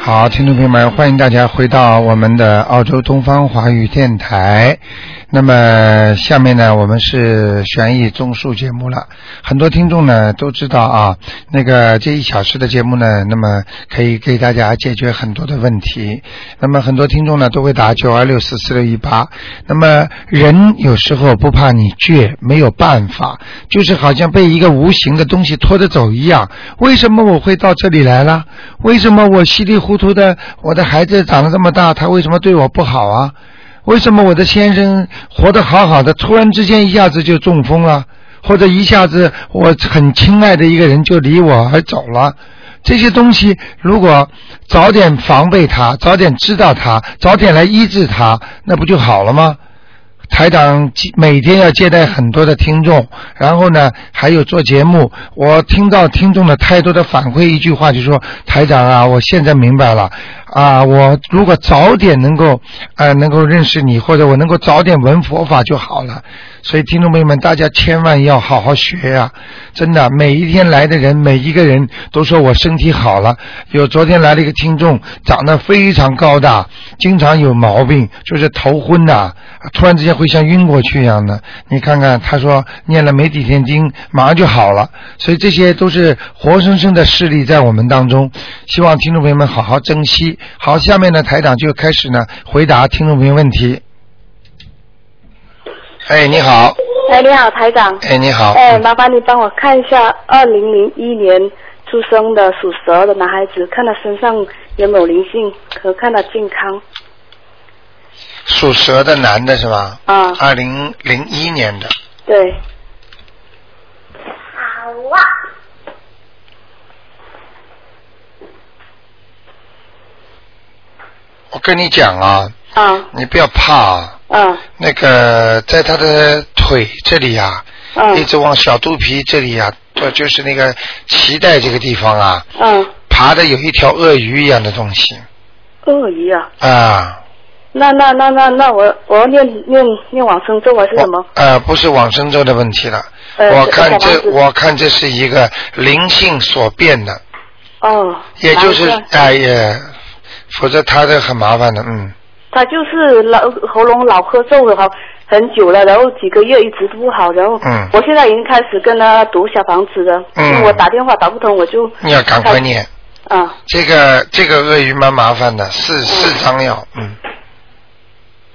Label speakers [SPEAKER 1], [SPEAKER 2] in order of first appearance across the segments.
[SPEAKER 1] 好，听众朋友们，欢迎大家回到我们的澳洲东方华语电台。那么下面呢，我们是悬疑综述节目了。很多听众呢都知道啊，那个这一小时的节目呢，那么可以给大家解决很多的问题。那么很多听众呢都会打九二六四四六一八。那么人有时候不怕你倔，没有办法，就是好像被一个无形的东西拖着走一样。为什么我会到这里来了？为什么我稀里糊涂的，我的孩子长了这么大，他为什么对我不好啊？为什么我的先生活得好好的，突然之间一下子就中风了，或者一下子我很亲爱的一个人就离我而走了？这些东西如果早点防备它，早点知道它，早点来医治它，那不就好了吗？台长每天要接待很多的听众，然后呢，还有做节目。我听到听众的太多的反馈，一句话就说：“台长啊，我现在明白了啊，我如果早点能够呃能够认识你，或者我能够早点闻佛法就好了。”所以，听众朋友们，大家千万要好好学呀、啊！真的，每一天来的人，每一个人都说我身体好了。有昨天来了一个听众，长得非常高大，经常有毛病，就是头昏呐、啊，突然之间。会像晕过去一样的，你看看，他说念了没几天经，马上就好了。所以这些都是活生生的事例在我们当中，希望听众朋友们好好珍惜。好，下面呢，台长就开始呢回答听众朋友问题。哎，你好。
[SPEAKER 2] 哎，你好，台长。
[SPEAKER 1] 哎，你好。
[SPEAKER 2] 哎，麻烦你帮我看一下，二零零一年出生的属蛇的男孩子，看他身上有没有灵性和看他健康。
[SPEAKER 1] 属蛇的男的是吧？
[SPEAKER 2] 啊。
[SPEAKER 1] 二零零一年的。
[SPEAKER 2] 对。
[SPEAKER 3] 好啊。
[SPEAKER 1] 我跟你讲啊。
[SPEAKER 2] 啊。
[SPEAKER 1] 你不要怕啊。
[SPEAKER 2] 啊。
[SPEAKER 1] 那个，在他的腿这里啊，
[SPEAKER 2] 啊
[SPEAKER 1] 一直往小肚皮这里啊，就是那个脐带这个地方啊，
[SPEAKER 2] 啊
[SPEAKER 1] 爬的有一条鳄鱼一样的东西。
[SPEAKER 2] 鳄鱼啊。
[SPEAKER 1] 啊。
[SPEAKER 2] 那那那那那我我要念念念往生咒还啊是什么？
[SPEAKER 1] 呃，不是往生咒的问题了，
[SPEAKER 2] 呃、
[SPEAKER 1] 我看这
[SPEAKER 2] 我
[SPEAKER 1] 我看这是一个灵性所变的，
[SPEAKER 2] 哦，
[SPEAKER 1] 也就是
[SPEAKER 2] 难怪
[SPEAKER 1] 哎也，否则他这很麻烦的，嗯，
[SPEAKER 2] 他就是老喉咙老咳嗽了，好很久了，然后几个月一直不好，然后
[SPEAKER 1] 嗯
[SPEAKER 2] 我现在已经开始跟他读小房子了，
[SPEAKER 1] 嗯
[SPEAKER 2] 就我打电话打不通，我就
[SPEAKER 1] 你要赶快念，
[SPEAKER 2] 啊
[SPEAKER 1] 这个这个鳄鱼蛮麻烦的，四四张要，嗯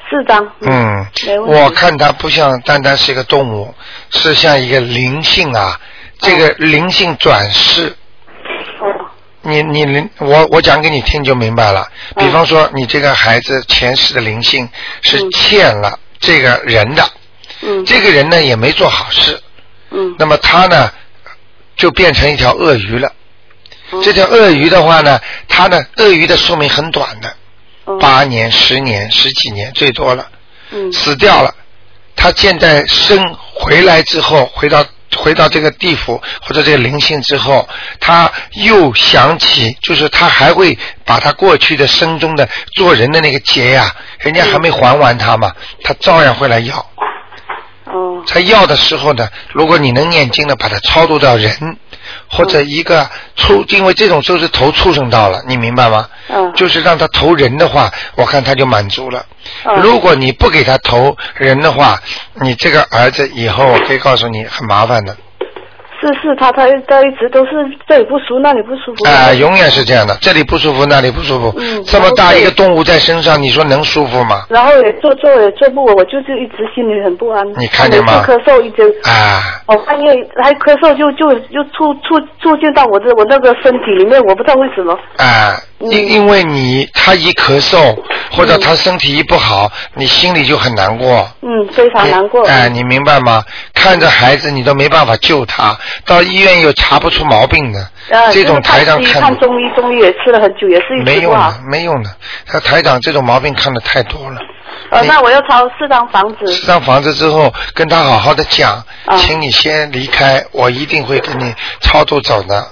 [SPEAKER 2] 四张，
[SPEAKER 1] 嗯，
[SPEAKER 2] 没问题，
[SPEAKER 1] 我看它不像单单是一个动物，是像一个灵性啊，这个
[SPEAKER 2] 嗯
[SPEAKER 1] 灵性转世，
[SPEAKER 2] 哦
[SPEAKER 1] 你你灵，我我讲给你听就明白了。
[SPEAKER 2] 嗯
[SPEAKER 1] 比方说，你这个孩子前世的灵性是
[SPEAKER 2] 嗯
[SPEAKER 1] 欠了这个人的，
[SPEAKER 2] 嗯
[SPEAKER 1] 这个人呢也没做好事，
[SPEAKER 2] 嗯
[SPEAKER 1] 那么他呢就变成一条鳄鱼了。
[SPEAKER 2] 嗯
[SPEAKER 1] 这条鳄鱼的话呢，它呢鳄鱼的寿命很短的，
[SPEAKER 2] 嗯
[SPEAKER 1] 八年、十年、十几年最多了，
[SPEAKER 2] 嗯
[SPEAKER 1] 死掉了。它现在生回来之后，回到回到这个地府或者这个灵性之后，他又想起，就是他还会把他过去的生中的做人的那个劫呀、人家还没还完他嘛，他照样会来要。
[SPEAKER 2] 哦
[SPEAKER 1] 他要的时候呢，如果你能念经呢，把它超度到人，或者一个畜，因为这种就是投畜生道了，你明白吗？
[SPEAKER 2] 嗯
[SPEAKER 1] 就是让他投人的话，我看他就满足了。
[SPEAKER 2] 嗯
[SPEAKER 1] 如果你不给他投人的话，你这个儿子以后我可以告诉你很麻烦的，
[SPEAKER 2] 是是他他他一直都是这里不舒服那里不舒服
[SPEAKER 1] 啊、永远是这样的，这里不舒服那里不舒服，
[SPEAKER 2] 嗯
[SPEAKER 1] 这么大
[SPEAKER 2] 然后
[SPEAKER 1] 一个动物在身上，你说能舒服吗？
[SPEAKER 2] 然后也做做也做不稳，我就是一直心里很不安。
[SPEAKER 1] 你看见吗
[SPEAKER 2] 每次咳嗽一直，
[SPEAKER 1] 啊，
[SPEAKER 2] 我半夜还咳嗽就，就就触触触见到我的我那个身体里面，我不知道为什么。
[SPEAKER 1] 啊，
[SPEAKER 2] 嗯
[SPEAKER 1] 因因为你他一咳嗽或者
[SPEAKER 2] 嗯
[SPEAKER 1] 他身体一不好，你心里就很难过。
[SPEAKER 2] 嗯，非常难过。
[SPEAKER 1] 你哎，你明白吗？看着孩子，你都没办法救他，到医院又查不出毛病的，
[SPEAKER 2] 呃，
[SPEAKER 1] 这种台上
[SPEAKER 2] 就是看西
[SPEAKER 1] 看
[SPEAKER 2] 医看中医，中医也吃了很久，也是一
[SPEAKER 1] 没
[SPEAKER 2] 直不
[SPEAKER 1] 用
[SPEAKER 2] 好
[SPEAKER 1] 的。，没用的。他台长这种毛病看的太多了。
[SPEAKER 2] 呃，
[SPEAKER 1] 你
[SPEAKER 2] 那我要抄四张房子。
[SPEAKER 1] 四张房子之后，跟他好好的讲，
[SPEAKER 2] 啊
[SPEAKER 1] 请你先离开，我一定会跟你超度走的。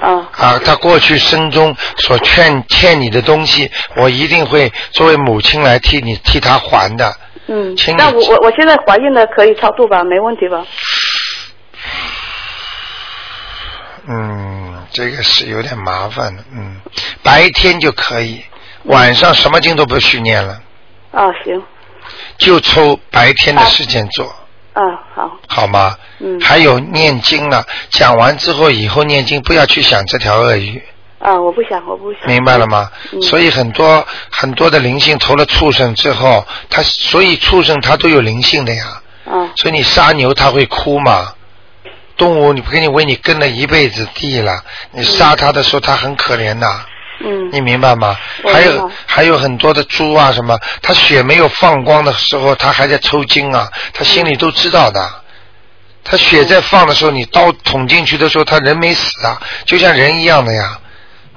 [SPEAKER 2] 啊
[SPEAKER 1] 啊，他过去生中所欠欠你的东西，我一定会作为母亲来替你替他还的。
[SPEAKER 2] 嗯
[SPEAKER 1] 请，你
[SPEAKER 2] 那我我我现在怀孕了，可以超度吧？没问题吧？
[SPEAKER 1] 嗯，这个是有点麻烦的，嗯，白天就可以，晚上什么经都不许念了，
[SPEAKER 2] 啊，行，
[SPEAKER 1] 就抽白天的时间做，
[SPEAKER 2] 啊，好，
[SPEAKER 1] 好吗？
[SPEAKER 2] 嗯，
[SPEAKER 1] 还有念经了，讲完之后以后念经不要去想这条鳄鱼，
[SPEAKER 2] 啊，我不想，我不想。
[SPEAKER 1] 明白了吗？
[SPEAKER 2] 嗯
[SPEAKER 1] 所以很多很多的灵性投了畜生之后，它所以畜生它都有灵性的呀，
[SPEAKER 2] 啊，
[SPEAKER 1] 所以你杀牛它会哭嘛。动物，你不给你为你耕了一辈子地了，你杀它的时候它很可怜的，
[SPEAKER 2] 嗯，
[SPEAKER 1] 你明白吗？
[SPEAKER 2] 我
[SPEAKER 1] 还
[SPEAKER 2] 明
[SPEAKER 1] 有
[SPEAKER 2] 白
[SPEAKER 1] 还有很多的猪啊什么，它血没有放光的时候，它还在抽筋啊，它心里都知道的。它血在放的时候，你刀捅进去的时候，它人没死啊，就像人一样的呀。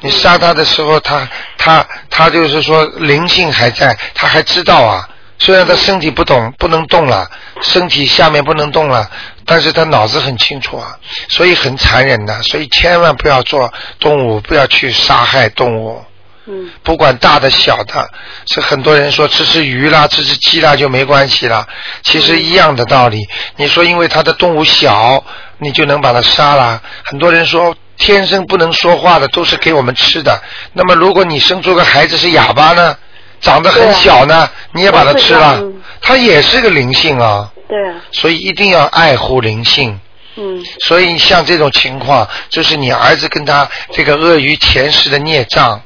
[SPEAKER 1] 你杀它的时候，它它它就是说灵性还在，它还知道啊。虽然它身体不懂不能动了，身体下面不能动了，但是它脑子很清楚啊，所以很残忍的，所以千万不要做动物，不要去杀害动物。
[SPEAKER 2] 嗯，
[SPEAKER 1] 不管大的小的，是很多人说吃吃鱼啦、吃吃鸡啦就没关系啦。其实一样的道理。你说因为它的动物小，你就能把它杀啦。很多人说天生不能说话的都是给我们吃的。那么如果你生出个孩子是哑巴呢，长得很小呢，你也把它吃
[SPEAKER 2] 我
[SPEAKER 1] 了
[SPEAKER 2] 知道嗯，
[SPEAKER 1] 它也是个灵性啊。
[SPEAKER 2] 对啊，
[SPEAKER 1] 所以一定要爱护灵性。
[SPEAKER 2] 嗯，
[SPEAKER 1] 所以像这种情况，就是你儿子跟他这个鳄鱼前世的孽障。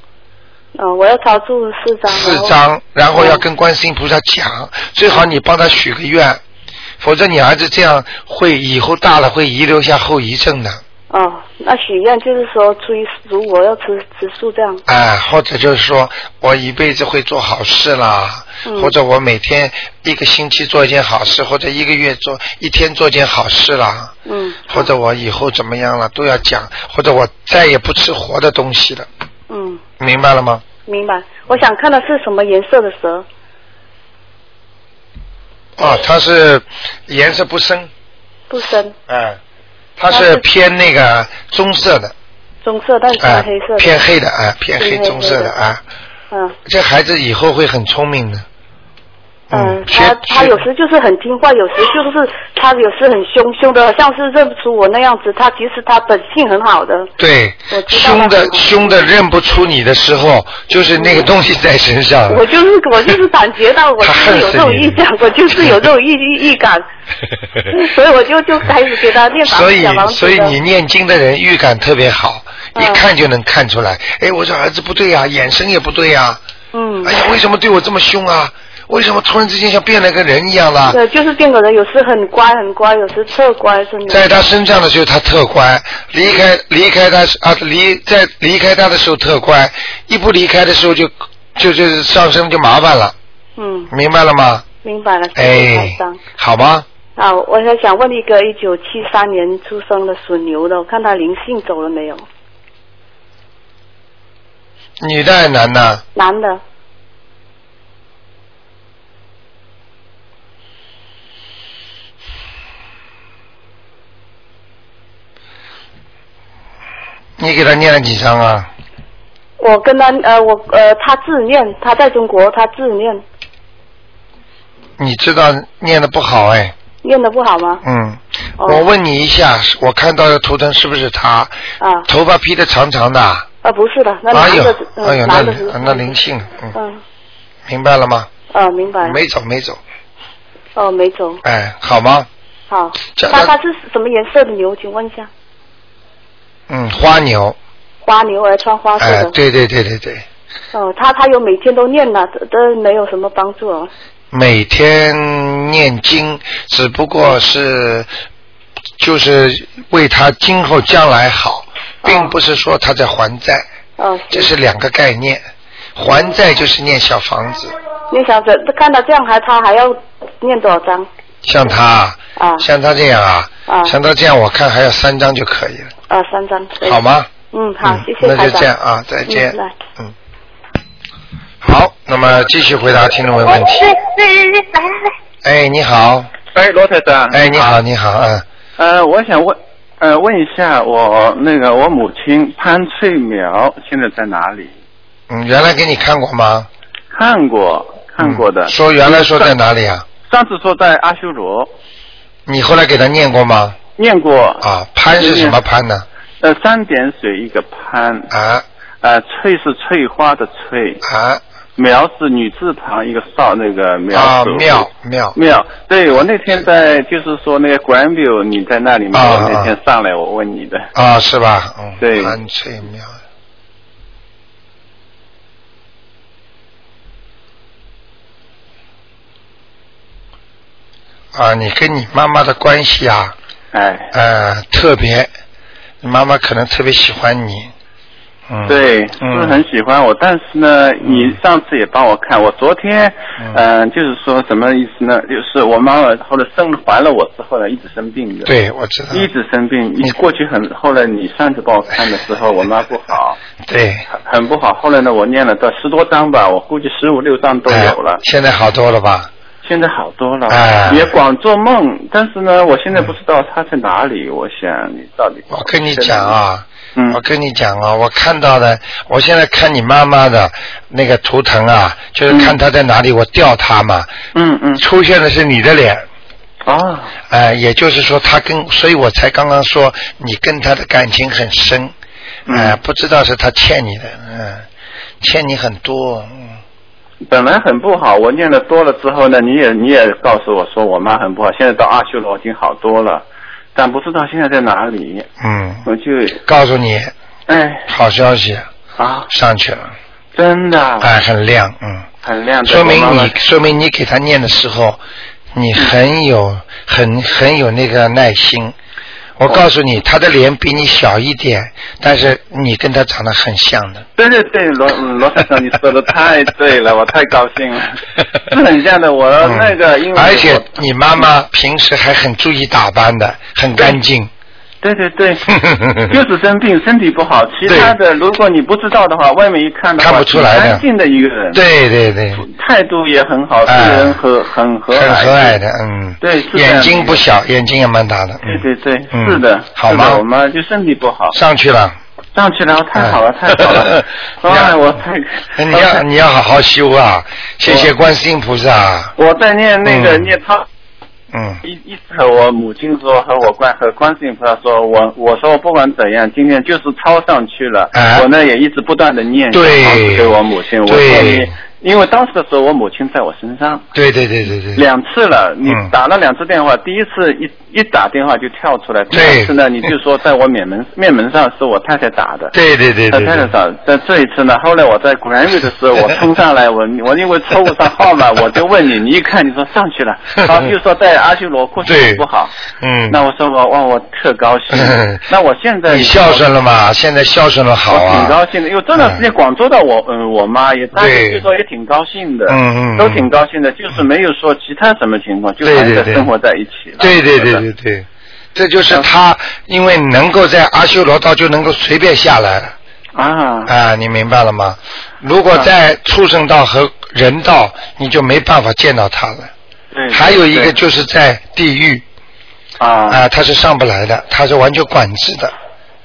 [SPEAKER 2] 啊，我要超住四张。
[SPEAKER 1] 四
[SPEAKER 2] 然后。
[SPEAKER 1] 张，然后嗯要
[SPEAKER 2] 嗯
[SPEAKER 1] 跟观世音菩萨讲，最好你帮他许个愿，否则你儿子这样会以后大了会遗留下后遗症的。
[SPEAKER 2] 哦，那许愿就是说初一十五我要吃吃素这样。
[SPEAKER 1] 哎，或者就是说我一辈子会做好事啦，
[SPEAKER 2] 嗯
[SPEAKER 1] 或者我每天一个星期做一件好事，或者一个月做一天做件好事啦，
[SPEAKER 2] 嗯。
[SPEAKER 1] 或者我以后怎么样了都要讲，或者我再也不吃活的东西了，
[SPEAKER 2] 嗯，
[SPEAKER 1] 明白了吗？
[SPEAKER 2] 明白。我想看的是什么颜色的蛇？
[SPEAKER 1] 啊，它是颜色不深，
[SPEAKER 2] 不深，
[SPEAKER 1] 哎，它
[SPEAKER 2] 它
[SPEAKER 1] 是
[SPEAKER 2] 是
[SPEAKER 1] 偏那个棕色的，
[SPEAKER 2] 棕色，但是
[SPEAKER 1] 啊，
[SPEAKER 2] 偏黑色的。
[SPEAKER 1] 偏黑的啊，偏黑
[SPEAKER 2] 偏黑
[SPEAKER 1] 棕色的啊。
[SPEAKER 2] 嗯
[SPEAKER 1] 这孩子以后会很聪明的。
[SPEAKER 2] 嗯，
[SPEAKER 1] 学
[SPEAKER 2] 他他
[SPEAKER 1] 学
[SPEAKER 2] 有时就是很听话，有时就是他有时很凶凶的，像是认不出我那样子。他其实他本性很好的。
[SPEAKER 1] 对
[SPEAKER 2] 我知道
[SPEAKER 1] 凶
[SPEAKER 2] 他
[SPEAKER 1] 的
[SPEAKER 2] 很嗯
[SPEAKER 1] 凶的认不出你的时候，就是那个东西在身上
[SPEAKER 2] 我
[SPEAKER 1] 了。
[SPEAKER 2] 就是我就是感觉到我
[SPEAKER 1] 呃
[SPEAKER 2] 就
[SPEAKER 1] 他
[SPEAKER 2] 是
[SPEAKER 1] 恨
[SPEAKER 2] 有
[SPEAKER 1] 死
[SPEAKER 2] 这种
[SPEAKER 1] 你
[SPEAKER 2] 预感，我就是有这种预预预 感，所以我就就开始给他念法
[SPEAKER 1] 所
[SPEAKER 2] 门
[SPEAKER 1] 以
[SPEAKER 2] 小房，子
[SPEAKER 1] 所以
[SPEAKER 2] 的
[SPEAKER 1] 你念经的人预感特别好，
[SPEAKER 2] 嗯
[SPEAKER 1] 一看就能看出来。哎，我说儿子不对呀、眼神也不对呀、
[SPEAKER 2] 嗯
[SPEAKER 1] 哎，呀，为什么对我这么凶啊？为什么突然之间像变了个人一样啦？
[SPEAKER 2] 对，就是变个人，有时很乖很乖，有时特乖，真的。
[SPEAKER 1] 在他身上的时候他特乖，离开离开他啊离在离开他的时候特乖，一不离开的时候就就就是上升就麻烦了，
[SPEAKER 2] 嗯，
[SPEAKER 1] 明白了吗？
[SPEAKER 2] 明白了，谢谢台
[SPEAKER 1] 哎
[SPEAKER 2] 长。，
[SPEAKER 1] 好吗？
[SPEAKER 2] 啊，我还想问一个一九七三年出生的属牛的，我看他灵性走了没有？
[SPEAKER 1] 女的还男的？
[SPEAKER 2] 男的，
[SPEAKER 1] 你给他念了几张啊？
[SPEAKER 2] 我跟他呃，我呃，他自念，他在中国，他自念，
[SPEAKER 1] 你知道念的不好哎，
[SPEAKER 2] 念的不好吗？
[SPEAKER 1] 嗯，
[SPEAKER 2] 哦
[SPEAKER 1] 我问你一下，我看到的图腾是不是他？
[SPEAKER 2] 啊，
[SPEAKER 1] 头发披的长长的啊，
[SPEAKER 2] 呃，不是的，那
[SPEAKER 1] 哎
[SPEAKER 2] 男
[SPEAKER 1] 呦
[SPEAKER 2] 的是，，嗯
[SPEAKER 1] 哎呦，那
[SPEAKER 2] 男的是，
[SPEAKER 1] 那灵性，嗯，
[SPEAKER 2] 嗯，
[SPEAKER 1] 明白了吗？
[SPEAKER 2] 呃，明白了，
[SPEAKER 1] 没走没走，
[SPEAKER 2] 哦，没走，
[SPEAKER 1] 哎，好吗？
[SPEAKER 2] 好，
[SPEAKER 1] 这
[SPEAKER 2] 他
[SPEAKER 1] 那
[SPEAKER 2] 他是什么颜色的牛？请问一下，
[SPEAKER 1] 嗯，花牛，
[SPEAKER 2] 花牛，哎，穿花色
[SPEAKER 1] 哎，
[SPEAKER 2] 的，
[SPEAKER 1] 对对对对对，
[SPEAKER 2] 哦，他他有每天都念了，这这没有什么帮助啊。
[SPEAKER 1] 每天念经，只不过是就是为他今后将来好，并不是说他在还债，
[SPEAKER 2] 哦，
[SPEAKER 1] 这是两个概念。还债就是念小房子，
[SPEAKER 2] 你想着看他这样还他还要念多少章？
[SPEAKER 1] 像他，
[SPEAKER 2] 啊
[SPEAKER 1] 像他这样啊，
[SPEAKER 2] 啊
[SPEAKER 1] 像他这样，我看还有三张就可以了，
[SPEAKER 2] 啊，三章。可以
[SPEAKER 1] 好？吗？
[SPEAKER 2] 嗯，好
[SPEAKER 1] 嗯，
[SPEAKER 2] 谢谢
[SPEAKER 1] 那
[SPEAKER 2] 台
[SPEAKER 1] 就
[SPEAKER 2] 长。
[SPEAKER 1] 这样啊，再见
[SPEAKER 2] 嗯来。
[SPEAKER 1] 嗯。好，那么继续回答听众
[SPEAKER 3] 哎
[SPEAKER 1] 的问题。
[SPEAKER 3] 对对对，来来来，
[SPEAKER 1] 哎，你好，
[SPEAKER 4] 哎，罗台长。
[SPEAKER 1] 哎，你好，。你好，嗯。
[SPEAKER 4] 呃，我想问，呃，问一下我那个我母亲潘翠苗现在在哪里？
[SPEAKER 1] 嗯，原来给你看过吗？
[SPEAKER 4] 看过，看过的。
[SPEAKER 1] 嗯说原来说在哪里啊？
[SPEAKER 4] 上次说在阿修罗
[SPEAKER 1] 你后来给他念过吗？
[SPEAKER 4] 念过。
[SPEAKER 1] 啊啊，潘是什么潘呢？
[SPEAKER 4] 呃，三点水一个潘，
[SPEAKER 1] 啊
[SPEAKER 4] 呃，翠是翠花的翠，
[SPEAKER 1] 啊
[SPEAKER 4] 苗是女字旁一个少那个苗。
[SPEAKER 1] 啊！妙妙
[SPEAKER 4] 妙，对我那天在就是说那个 Granville 你在那里吗？
[SPEAKER 1] 啊
[SPEAKER 4] 我那
[SPEAKER 1] 啊
[SPEAKER 4] 天上来我问你的，
[SPEAKER 1] 啊，是吧？嗯，
[SPEAKER 4] 对
[SPEAKER 1] 潘翠妙。啊，你跟你妈妈的关系啊，
[SPEAKER 4] 哎，
[SPEAKER 1] 呃，特别，你妈妈可能特别喜欢你，嗯，
[SPEAKER 4] 对，
[SPEAKER 1] 嗯
[SPEAKER 4] 是很喜欢我，但是呢，你上次也帮我看，我昨天，
[SPEAKER 1] 嗯
[SPEAKER 4] 嗯、就是说什么意思呢？就是我妈妈后来生还了我之后呢，一直生病的，，
[SPEAKER 1] 对，嗯我知道，
[SPEAKER 4] 一直生病，
[SPEAKER 1] 你
[SPEAKER 4] 你过去很，后来你上次帮我看的时候，我妈不好，
[SPEAKER 1] 对，
[SPEAKER 4] 很很不好，后来呢，我念了到十多章吧，我估计十五六章都有了
[SPEAKER 1] 哎，现在好多了吧？
[SPEAKER 4] 现在好多了，
[SPEAKER 1] 哎
[SPEAKER 4] 也光做梦，但是呢，我现在不知道她在哪里，我想你到底，
[SPEAKER 1] 我跟你讲，啊，
[SPEAKER 4] 嗯
[SPEAKER 1] 我，跟你讲啊，我看到的，我现在看你妈妈的那个图腾啊，就是看她在哪里，我调她嘛，
[SPEAKER 4] 嗯嗯，
[SPEAKER 1] 出现的是你的脸，
[SPEAKER 4] 啊，
[SPEAKER 1] 哎、也就是说她跟，所以我才刚刚说你跟她的感情很深，哎、
[SPEAKER 4] 嗯
[SPEAKER 1] 不知道是她欠你的，嗯，欠你很多，嗯，
[SPEAKER 4] 本来很不好，我念的多了之后呢，你也你也告诉我说我妈很不好，现在到阿修罗已经好多了，但不知道现在在哪里，
[SPEAKER 1] 嗯
[SPEAKER 4] 我就
[SPEAKER 1] 告诉你
[SPEAKER 4] 哎
[SPEAKER 1] 好消息
[SPEAKER 4] 啊，
[SPEAKER 1] 上去了，
[SPEAKER 4] 真的、
[SPEAKER 1] 哎、很亮，嗯。
[SPEAKER 4] 很亮的，
[SPEAKER 1] 说明
[SPEAKER 4] 我妈妈嗯
[SPEAKER 1] 你说明你给他念的时候，你很有很很有那个耐心。我告诉你，他的脸比你小一点，但是你跟他长得很像的。
[SPEAKER 4] 对对对，罗嗯罗先生，你说的太 对了，我太高兴了，是很像的。我
[SPEAKER 1] 嗯
[SPEAKER 4] 呃那个，因为我
[SPEAKER 1] 而且你妈妈平时还很注意打扮的，很干净。
[SPEAKER 4] 对对对， 就是生病，身体不好。其他的，如果你不知道的话，外面一看的话，
[SPEAKER 1] 看不出来的
[SPEAKER 4] 挺安静的一个人，，
[SPEAKER 1] 对对对，
[SPEAKER 4] 态度也很好，这
[SPEAKER 1] 哎
[SPEAKER 4] 个人和很和
[SPEAKER 1] 很
[SPEAKER 4] 蔼，
[SPEAKER 1] 和蔼的，嗯。
[SPEAKER 4] 对是这样
[SPEAKER 1] 眼睛不小，眼睛也蛮大的。
[SPEAKER 4] 对
[SPEAKER 1] 嗯
[SPEAKER 4] 对对，
[SPEAKER 1] 嗯
[SPEAKER 4] 是的，
[SPEAKER 1] 好
[SPEAKER 4] 是的
[SPEAKER 1] 吗
[SPEAKER 4] 我妈就身体不好，
[SPEAKER 1] 上去了。
[SPEAKER 4] 上去了，太好了，
[SPEAKER 1] 哎，
[SPEAKER 4] 太好了哎，
[SPEAKER 1] 你要
[SPEAKER 4] 我太，
[SPEAKER 1] 你要你要好好修啊！谢谢观世音菩萨。
[SPEAKER 4] 我在念那个
[SPEAKER 1] 嗯
[SPEAKER 4] 念他
[SPEAKER 1] 嗯。
[SPEAKER 4] 一一直和我母亲说，和我观和观世音菩萨说，我我说我不管怎样，今天就是抄上去了。
[SPEAKER 1] 哎
[SPEAKER 4] 我呢也一直不断的念，
[SPEAKER 1] 对
[SPEAKER 4] 想告诉给我母亲，我说
[SPEAKER 1] 对
[SPEAKER 4] 你，因为当时的时候我母亲在我身上
[SPEAKER 1] 对对对对对。
[SPEAKER 4] 两次了，你
[SPEAKER 1] 嗯
[SPEAKER 4] 打了两次电话，第一次一一打电话就跳出来，第
[SPEAKER 1] 对
[SPEAKER 4] 二次呢你就说在我面门面门上是我太太打的。
[SPEAKER 1] 对对对
[SPEAKER 4] 在
[SPEAKER 1] 对
[SPEAKER 4] 太太
[SPEAKER 1] 对。
[SPEAKER 4] 上，但这一次呢，后来我在 Grammy 的 时候，我冲上来，我我因为抽不上号码，我就问你，你一看你说上去 了，然后就说在阿修罗过
[SPEAKER 1] 对
[SPEAKER 4] 去不好，
[SPEAKER 1] 嗯。。
[SPEAKER 4] 那我说我哇，我特高兴 那我现在
[SPEAKER 1] 你孝顺了嘛？现在孝顺了好
[SPEAKER 4] 我
[SPEAKER 1] 啊。
[SPEAKER 4] 挺高兴的，因为这段时间广州的我，嗯，我妈也，大
[SPEAKER 1] 对
[SPEAKER 4] 家就说也挺高兴的，
[SPEAKER 1] 嗯嗯嗯
[SPEAKER 4] 都挺高兴的，就是没有说其他什么情况，就
[SPEAKER 1] 对
[SPEAKER 4] 还
[SPEAKER 1] 对
[SPEAKER 4] 是
[SPEAKER 1] 对
[SPEAKER 4] 生活在一起了。
[SPEAKER 1] 对对对
[SPEAKER 4] 是的
[SPEAKER 1] 对对，这就是他，因为能够在阿修罗道就能够随便下来了
[SPEAKER 4] 啊，
[SPEAKER 1] 啊，你明白了吗？如果在畜生道和人道，你就没办法见到他了。
[SPEAKER 4] 对，
[SPEAKER 1] 还有一个
[SPEAKER 4] 对
[SPEAKER 1] 就是在地狱
[SPEAKER 4] 啊
[SPEAKER 1] 啊，他是上不来的，他是完全管制的。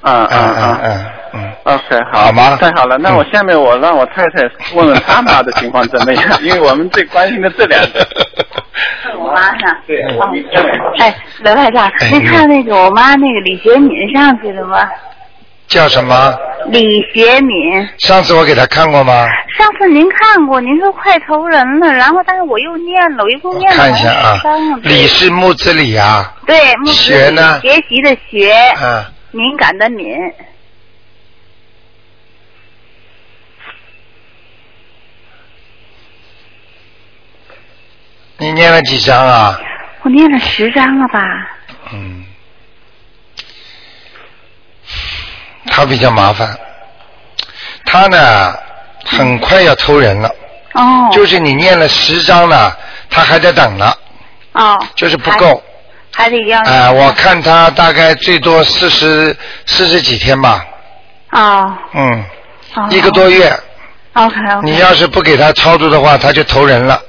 [SPEAKER 4] 啊啊
[SPEAKER 1] 嗯嗯
[SPEAKER 4] 啊！
[SPEAKER 1] 嗯嗯。
[SPEAKER 4] OK，
[SPEAKER 1] 好吗嗯
[SPEAKER 4] 太好了，那我下面我让我太太问问她妈的情况怎么 样，因为我们最关心的这两个。
[SPEAKER 3] 我妈呢？
[SPEAKER 4] 对
[SPEAKER 3] 哦哎，刘台长
[SPEAKER 1] 哎，
[SPEAKER 3] 您看那个我妈那个李学敏上去了吗？
[SPEAKER 1] 叫什么？
[SPEAKER 3] 李学敏，
[SPEAKER 1] 上次我给他看过吗？
[SPEAKER 3] 上次您看过，您说快投人了，然后但是我又念了，我一共
[SPEAKER 1] 我
[SPEAKER 3] 念了
[SPEAKER 1] 看一下啊
[SPEAKER 3] 好像是三，个
[SPEAKER 1] 李是木子李啊，
[SPEAKER 3] 对木子李
[SPEAKER 1] 学呢
[SPEAKER 3] 学习的学，
[SPEAKER 1] 啊，
[SPEAKER 3] 敏感的敏，
[SPEAKER 1] 你念了几张啊？
[SPEAKER 3] 我念了十章了吧？
[SPEAKER 1] 嗯，他比较麻烦，他呢很快要偷人了，
[SPEAKER 3] 哦，
[SPEAKER 1] 就是你念了十张呢，他还在等呢，
[SPEAKER 3] 哦，
[SPEAKER 1] 就是不够。
[SPEAKER 3] 还，还得要
[SPEAKER 1] 哎、我看他大概最多四十四十几天吧，
[SPEAKER 3] 哦，
[SPEAKER 1] 嗯，
[SPEAKER 3] 哦
[SPEAKER 1] 一个多月。
[SPEAKER 3] ，OK
[SPEAKER 1] 你要是不给他超度的话，他就投人了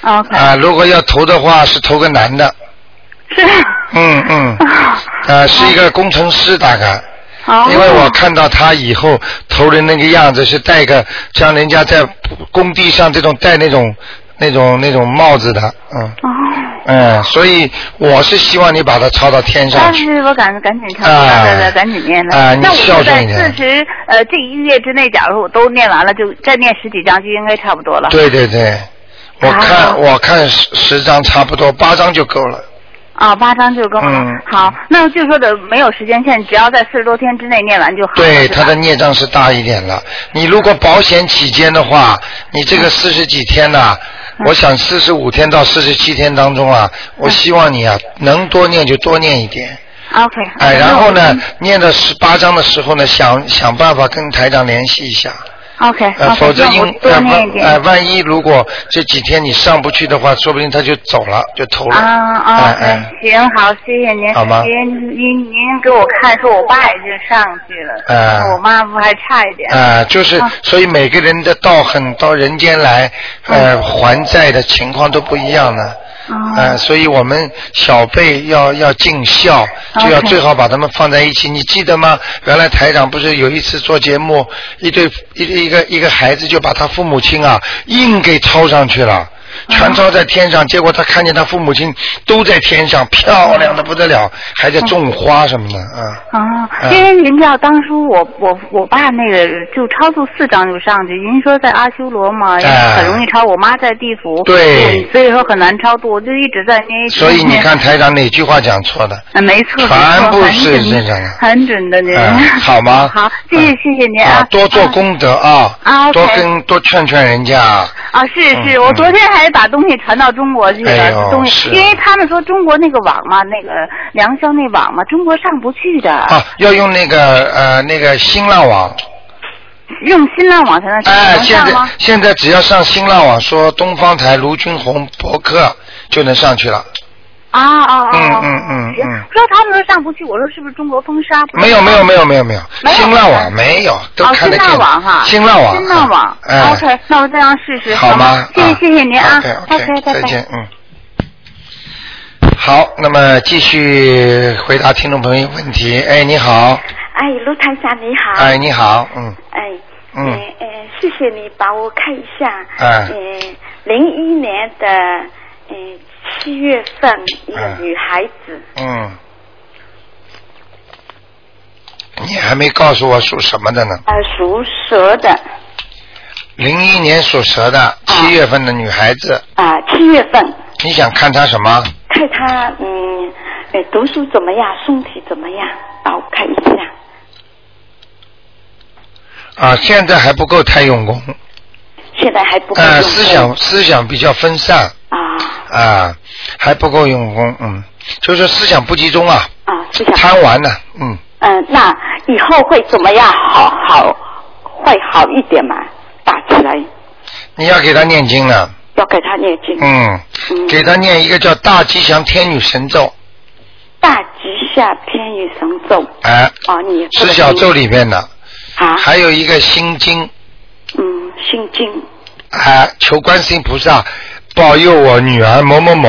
[SPEAKER 3] OK，
[SPEAKER 1] 啊、如果要投的话，是投个男的，
[SPEAKER 3] 是，
[SPEAKER 1] 嗯嗯，
[SPEAKER 3] 啊
[SPEAKER 1] 呃，是一个工程师大概。
[SPEAKER 3] 哦，
[SPEAKER 1] 因为我看到他以后投人那个样子是戴个像人家在工地上这种戴那种那种那种帽子的，嗯，
[SPEAKER 3] 哦。
[SPEAKER 1] 哎、所以我是希望你把它抄到天上
[SPEAKER 5] 但
[SPEAKER 1] 去。
[SPEAKER 5] 是我赶赶紧看，
[SPEAKER 1] 啊
[SPEAKER 5] 对对，赶紧念了。
[SPEAKER 1] 啊你
[SPEAKER 5] 那我
[SPEAKER 1] 孝
[SPEAKER 5] 就
[SPEAKER 1] 顺
[SPEAKER 5] 在
[SPEAKER 1] 一点
[SPEAKER 5] 四十呃这一个月之内，假如我都念完了，就再念十几章就应该差不多了。
[SPEAKER 1] 对对对，我看、我看十十张差不多，八张就够了。
[SPEAKER 5] 啊，八章就够了。
[SPEAKER 1] 嗯
[SPEAKER 5] 好，那就说的没有时间限，只要在四十多天之内念完就好了。
[SPEAKER 1] 对，
[SPEAKER 5] 是吧
[SPEAKER 1] 他的孽障是大一点了。你如果保险起见的话，你这
[SPEAKER 5] 嗯
[SPEAKER 1] 个四十几天呐、我想四十五天到四十七天当中啊，
[SPEAKER 5] 嗯
[SPEAKER 1] 我希望你啊能多念就多念一点。
[SPEAKER 5] OK。
[SPEAKER 1] 哎，然后
[SPEAKER 5] 嗯
[SPEAKER 1] 呢，念到十八章的时候呢，想想办法跟台长联系一下，
[SPEAKER 5] ？OK，
[SPEAKER 1] 呃，否则因
[SPEAKER 5] 多
[SPEAKER 1] 呃
[SPEAKER 5] 念一
[SPEAKER 1] 万
[SPEAKER 5] 点。
[SPEAKER 1] 呃万一如果这几天你上不去的话，说不定他就走了，就投了。
[SPEAKER 5] 啊
[SPEAKER 1] 哎
[SPEAKER 5] 啊，
[SPEAKER 1] 哎
[SPEAKER 5] 行好，谢谢您。
[SPEAKER 1] 好吗
[SPEAKER 5] 您您您给我看，说我爸已经上去了，
[SPEAKER 1] 啊
[SPEAKER 5] 我妈不还差一点。
[SPEAKER 1] 啊、就是
[SPEAKER 5] 啊，
[SPEAKER 1] 所以每个人的道很到人间来，
[SPEAKER 5] 嗯
[SPEAKER 1] 呃，还债的情况都不一样的。呃，
[SPEAKER 5] 啊
[SPEAKER 1] 所以我们小辈要要尽孝，就要
[SPEAKER 5] OK
[SPEAKER 1] 最好把他们放在一起。你记得吗？原来台长不是有一次做节目，一对一一个一个孩子就把他父母亲啊硬给抄上去了。
[SPEAKER 5] 哦
[SPEAKER 1] 全抄在天上，结果他看见他父母亲都在天上，漂亮的不得了，还在种花什么的啊。
[SPEAKER 5] 啊，
[SPEAKER 1] 嗯
[SPEAKER 5] 因为您知道，当初我我我爸那个就超速四张就上去，您说在阿修罗嘛，也
[SPEAKER 1] 哎
[SPEAKER 5] 很容易超，我妈在地府，
[SPEAKER 1] 对
[SPEAKER 5] 嗯所以说很难超度，我就一直在那。
[SPEAKER 1] 所以你看台长哪句话讲错的？
[SPEAKER 5] 啊，没错，
[SPEAKER 1] 全部
[SPEAKER 5] 没错
[SPEAKER 1] 是
[SPEAKER 5] 很
[SPEAKER 1] 这
[SPEAKER 5] 准
[SPEAKER 1] 样的
[SPEAKER 5] 很准的您、
[SPEAKER 1] 嗯好吗
[SPEAKER 5] 好，谢谢、
[SPEAKER 1] 嗯
[SPEAKER 5] 谢谢您
[SPEAKER 1] 啊，多做
[SPEAKER 5] 啊
[SPEAKER 1] 功德啊，
[SPEAKER 5] 啊，OK
[SPEAKER 1] 多跟多劝劝人家啊。
[SPEAKER 5] 啊，是是，
[SPEAKER 1] 嗯
[SPEAKER 5] 我昨天还把东西传到中国去了，
[SPEAKER 1] 哎呦
[SPEAKER 5] 东
[SPEAKER 1] 是
[SPEAKER 5] 西，因为他们说中国那个网嘛，那个良宵那网嘛，中国上不去的，
[SPEAKER 1] 啊，要用那个呃那个新浪网，
[SPEAKER 5] 用啊新浪网才能上，
[SPEAKER 1] 哎，
[SPEAKER 5] 能
[SPEAKER 1] 现
[SPEAKER 5] 上
[SPEAKER 1] 在
[SPEAKER 5] 吗？
[SPEAKER 1] 现在只要上新浪网，说东方台卢军红博客就能上去了。
[SPEAKER 5] 啊啊啊！
[SPEAKER 1] 嗯
[SPEAKER 5] 啊
[SPEAKER 1] 嗯嗯
[SPEAKER 5] 行
[SPEAKER 1] 嗯
[SPEAKER 5] 说他们说上不去，我说是不是中国封杀？
[SPEAKER 1] 没有没有没有没有没有，
[SPEAKER 5] 没有
[SPEAKER 1] 新浪网没有，都
[SPEAKER 5] 哦，
[SPEAKER 1] 看
[SPEAKER 5] 新
[SPEAKER 1] 得见。
[SPEAKER 5] 浪网哈，
[SPEAKER 1] 新浪网，
[SPEAKER 5] 新浪网。
[SPEAKER 1] 哎
[SPEAKER 5] OK，那我这样试试，
[SPEAKER 1] 好吗
[SPEAKER 5] 吗？？谢谢
[SPEAKER 1] 啊
[SPEAKER 5] 谢谢您啊
[SPEAKER 1] OK OK，
[SPEAKER 5] 拜拜
[SPEAKER 1] 再见，嗯。好，那么继续回答听众朋友问题。哎，你好，
[SPEAKER 6] 哎，卢台长你好。
[SPEAKER 1] 哎，你好，嗯，
[SPEAKER 6] 哎。
[SPEAKER 1] 嗯
[SPEAKER 6] 呃呃，谢谢你帮我看一下。
[SPEAKER 1] 哎
[SPEAKER 6] 呃，零一年的呃七月份一个
[SPEAKER 1] 哎
[SPEAKER 6] 女孩子，
[SPEAKER 1] 嗯，你还没告诉我属什么的呢？
[SPEAKER 6] 呃，属蛇的
[SPEAKER 1] 零一年属蛇的，七月份的女孩子，
[SPEAKER 6] 啊，七、月份，
[SPEAKER 1] 你想看她什么？
[SPEAKER 6] 看她嗯，呃，读书怎么样，身体怎么样，帮我看一下。
[SPEAKER 1] 啊，现在还不够太用功，
[SPEAKER 6] 现在还不够用
[SPEAKER 1] 呃，
[SPEAKER 6] 功
[SPEAKER 1] 思想思想比较分散，
[SPEAKER 6] 啊
[SPEAKER 1] 啊，还不够用功，嗯，就是思想不集中啊，
[SPEAKER 6] 啊，思想
[SPEAKER 1] 贪玩呢、嗯，
[SPEAKER 6] 嗯、那以后会怎么样？好好会好一点嘛？打起来
[SPEAKER 1] 你要给她念经呢，
[SPEAKER 6] 要给她念经。
[SPEAKER 1] 嗯，
[SPEAKER 6] 嗯
[SPEAKER 1] 给她念一个叫大吉祥天女神咒，
[SPEAKER 6] 大吉下偏与神咒
[SPEAKER 1] 哎、
[SPEAKER 6] 啊，你也不
[SPEAKER 1] 十小咒里面的，
[SPEAKER 6] 啊，
[SPEAKER 1] 还有一个心经，
[SPEAKER 6] 嗯，心经，
[SPEAKER 1] 啊，求观世音菩萨保佑我女儿某某某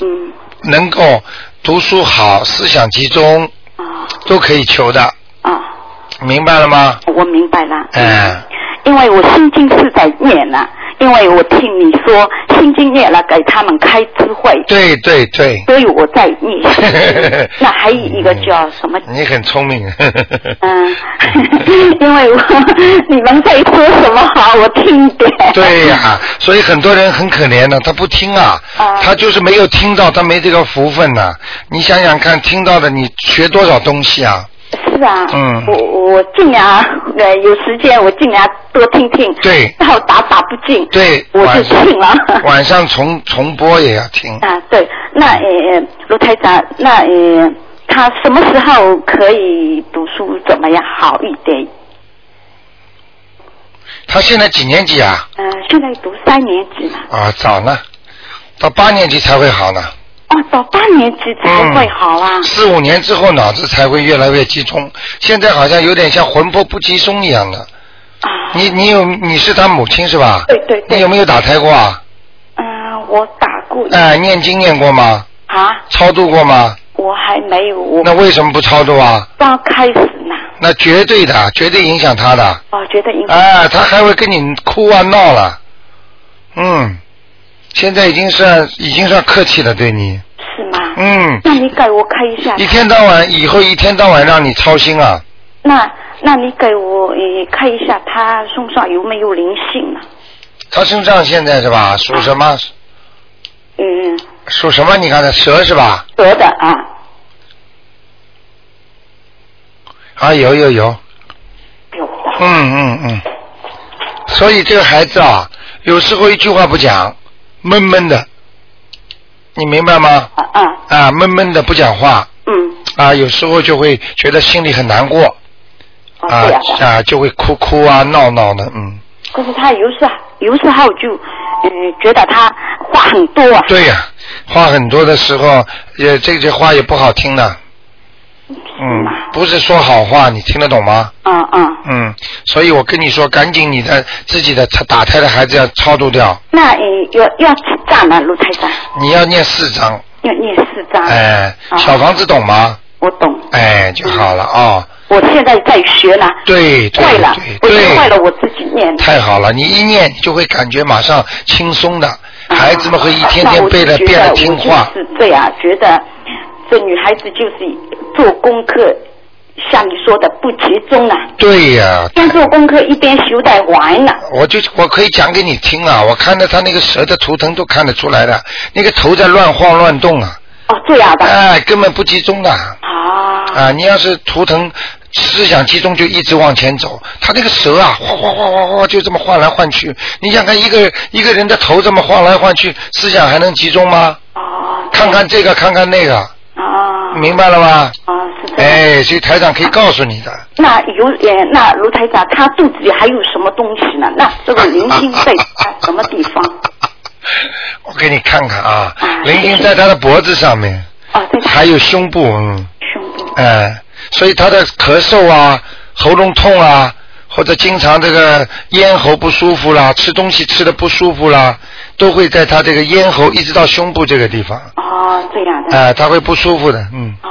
[SPEAKER 6] 嗯
[SPEAKER 1] 能够读书好、思想集中，
[SPEAKER 6] 啊
[SPEAKER 1] 都可以求的，
[SPEAKER 6] 啊，
[SPEAKER 1] 明白了吗？
[SPEAKER 6] 我明白了。
[SPEAKER 1] 哎、
[SPEAKER 6] 因为我心经是在念了，因为我听你说心经念了，给他们开智慧，
[SPEAKER 1] 对对对，
[SPEAKER 6] 所以我在念心 经。那还有一个叫什么？
[SPEAKER 1] 你很聪明。
[SPEAKER 6] 嗯， 因为我你们在说什么好，我听一点。
[SPEAKER 1] 对呀、所以很多人很可怜的，他不听啊，
[SPEAKER 6] 啊
[SPEAKER 1] 他就是没有听到，他没这个福分呐、你想想看，听到的你学多少东西啊？
[SPEAKER 6] 是啊，
[SPEAKER 1] 嗯
[SPEAKER 6] 我我尽量呃有时间我尽量多听听，
[SPEAKER 1] 对
[SPEAKER 6] 然后打打不进，
[SPEAKER 1] 对，
[SPEAKER 6] 我就
[SPEAKER 1] 晚上
[SPEAKER 6] 信了。
[SPEAKER 1] 晚上重重播也要听。
[SPEAKER 6] 啊，对，那呃卢台长，那呃他什么时候可以读书怎么样好一点？
[SPEAKER 1] 他现在几年级啊？
[SPEAKER 6] 呃，现在读三年级嘛，
[SPEAKER 1] 啊，早呢，到八年级才会好呢。
[SPEAKER 6] 哦，到八年级才会好啊。
[SPEAKER 1] 四五年之后脑子才会越来越集中，现在好像有点像魂魄不集中一样的。
[SPEAKER 6] 啊，
[SPEAKER 1] 嗯你你有你是他母亲是吧？
[SPEAKER 6] 对对对
[SPEAKER 1] 你有没有打胎过啊？
[SPEAKER 6] 嗯、我打过
[SPEAKER 1] 哎、念经念过吗？
[SPEAKER 6] 啊，
[SPEAKER 1] 超度过吗？
[SPEAKER 6] 我还没有，我
[SPEAKER 1] 那为什么不超度啊？
[SPEAKER 6] 刚开始呢，哦
[SPEAKER 1] 那绝对的，绝对影响他的。
[SPEAKER 6] 我觉得应该
[SPEAKER 1] 啊哎、他还会跟你哭啊闹了。嗯，现在已经算已经算客气了，对你，
[SPEAKER 6] 是吗？
[SPEAKER 1] 嗯，
[SPEAKER 6] 那你给我看一下，
[SPEAKER 1] 一天到晚以后一天到晚让你操心啊，
[SPEAKER 6] 那那你给我呃看一下他身上有没有灵性呢？
[SPEAKER 1] 他身上现在是吧？属什么？
[SPEAKER 6] 嗯，
[SPEAKER 1] 属什么？你刚才蛇是吧？
[SPEAKER 6] 蛇的啊，
[SPEAKER 1] 啊，有有有，
[SPEAKER 6] 有的，
[SPEAKER 1] 嗯嗯嗯。所以这个孩子啊，有时候一句话不讲，闷闷的，你明白吗？
[SPEAKER 6] 啊啊，
[SPEAKER 1] 啊，闷闷的不讲话
[SPEAKER 6] 嗯，
[SPEAKER 1] 啊，有时候就会觉得心里很难过
[SPEAKER 6] 啊
[SPEAKER 1] 啊
[SPEAKER 6] 对啊，
[SPEAKER 1] 啊，就会哭哭啊闹闹的，嗯，
[SPEAKER 6] 可是他有时有时候就嗯觉得他话很多啊，
[SPEAKER 1] 对呀、话很多的时候，也这些话也不好听的，嗯，不是说好话，你听得懂吗？
[SPEAKER 6] 嗯嗯，
[SPEAKER 1] 嗯，所以我跟你说，赶紧你的自己的打胎的孩子要超度掉，
[SPEAKER 6] 那呃要要几张呢，卢台长？
[SPEAKER 1] 你要念四张，
[SPEAKER 6] 要念四张。
[SPEAKER 1] 哎，
[SPEAKER 6] 啊
[SPEAKER 1] 小房子懂吗？
[SPEAKER 6] 我懂，嗯
[SPEAKER 1] 哎，就好了啊、
[SPEAKER 6] 我现在在学呢，
[SPEAKER 1] 对对
[SPEAKER 6] 快了
[SPEAKER 1] 对，
[SPEAKER 6] 我已经快了，
[SPEAKER 1] 对，
[SPEAKER 6] 我自己念的。
[SPEAKER 1] 太好了，你一念你就会感觉马上轻松
[SPEAKER 6] 啊
[SPEAKER 1] 的，孩子们会一天天背的变得听话
[SPEAKER 6] 嗯那我就觉得我。就是这样，觉得这女孩子就是做功课，像你说的不集中啊，
[SPEAKER 1] 对呀、
[SPEAKER 6] 边做功课一边修在玩呢。
[SPEAKER 1] 我就我可以讲给你听啊，我看到他那个蛇的图腾都看得出来的，那个头在乱晃乱动啊，
[SPEAKER 6] 哦，这样的。
[SPEAKER 1] 哎，根本不集中的。
[SPEAKER 6] 啊。
[SPEAKER 1] 啊，你要是图腾思想集中，就一直往前走。他那个蛇啊，哗哗哗哗哗，就这么晃来晃去。你想看一个一个人的头这么晃来晃去，思想还能集中吗？
[SPEAKER 6] 哦。
[SPEAKER 1] 看看这个，看看那个，
[SPEAKER 6] 啊。
[SPEAKER 1] 明白了吧？
[SPEAKER 6] 啊，是这样。
[SPEAKER 1] 哎，所以台长可以告诉你的。
[SPEAKER 6] 那有呃，那卢台长，他肚子里还有什么东西呢？那这个灵性在他什么地方？
[SPEAKER 1] 我给你看看啊
[SPEAKER 6] 啊，
[SPEAKER 1] 灵性在他的脖子上面，
[SPEAKER 6] 哦，在 他
[SPEAKER 1] 还有胸部，嗯，
[SPEAKER 6] 胸部。
[SPEAKER 1] 哎，所以他的咳嗽啊、喉咙痛啊，或者经常这个咽喉不舒服啦、吃东西吃的不舒服啦，都会在他这个咽喉一直到胸部这个地方，
[SPEAKER 6] 哦，这样的。
[SPEAKER 1] 哎，他会不舒服的，嗯，
[SPEAKER 6] 哦。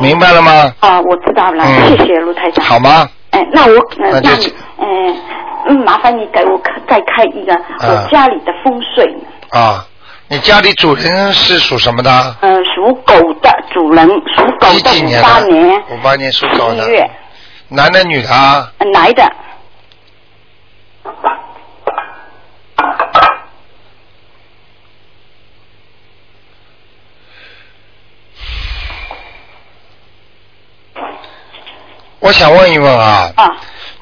[SPEAKER 1] 明白了吗？
[SPEAKER 6] 啊，我知道了，
[SPEAKER 1] 嗯
[SPEAKER 6] 谢谢卢台长。
[SPEAKER 1] 好吗？
[SPEAKER 6] 哎，那我
[SPEAKER 1] 那
[SPEAKER 6] 呃
[SPEAKER 1] 就
[SPEAKER 6] 那你嗯嗯，麻烦你给我看再开一个我家里的风水呢，
[SPEAKER 1] 啊，你家里主人是属什么的？
[SPEAKER 6] 嗯、属狗的主人属狗
[SPEAKER 1] 几
[SPEAKER 6] 的
[SPEAKER 1] 几年
[SPEAKER 6] 五
[SPEAKER 1] 的
[SPEAKER 6] 八年？
[SPEAKER 1] 五八年属狗的
[SPEAKER 6] 七月
[SPEAKER 1] 男的女的啊？
[SPEAKER 6] 呃来的，
[SPEAKER 1] 我想问一问啊，
[SPEAKER 6] 啊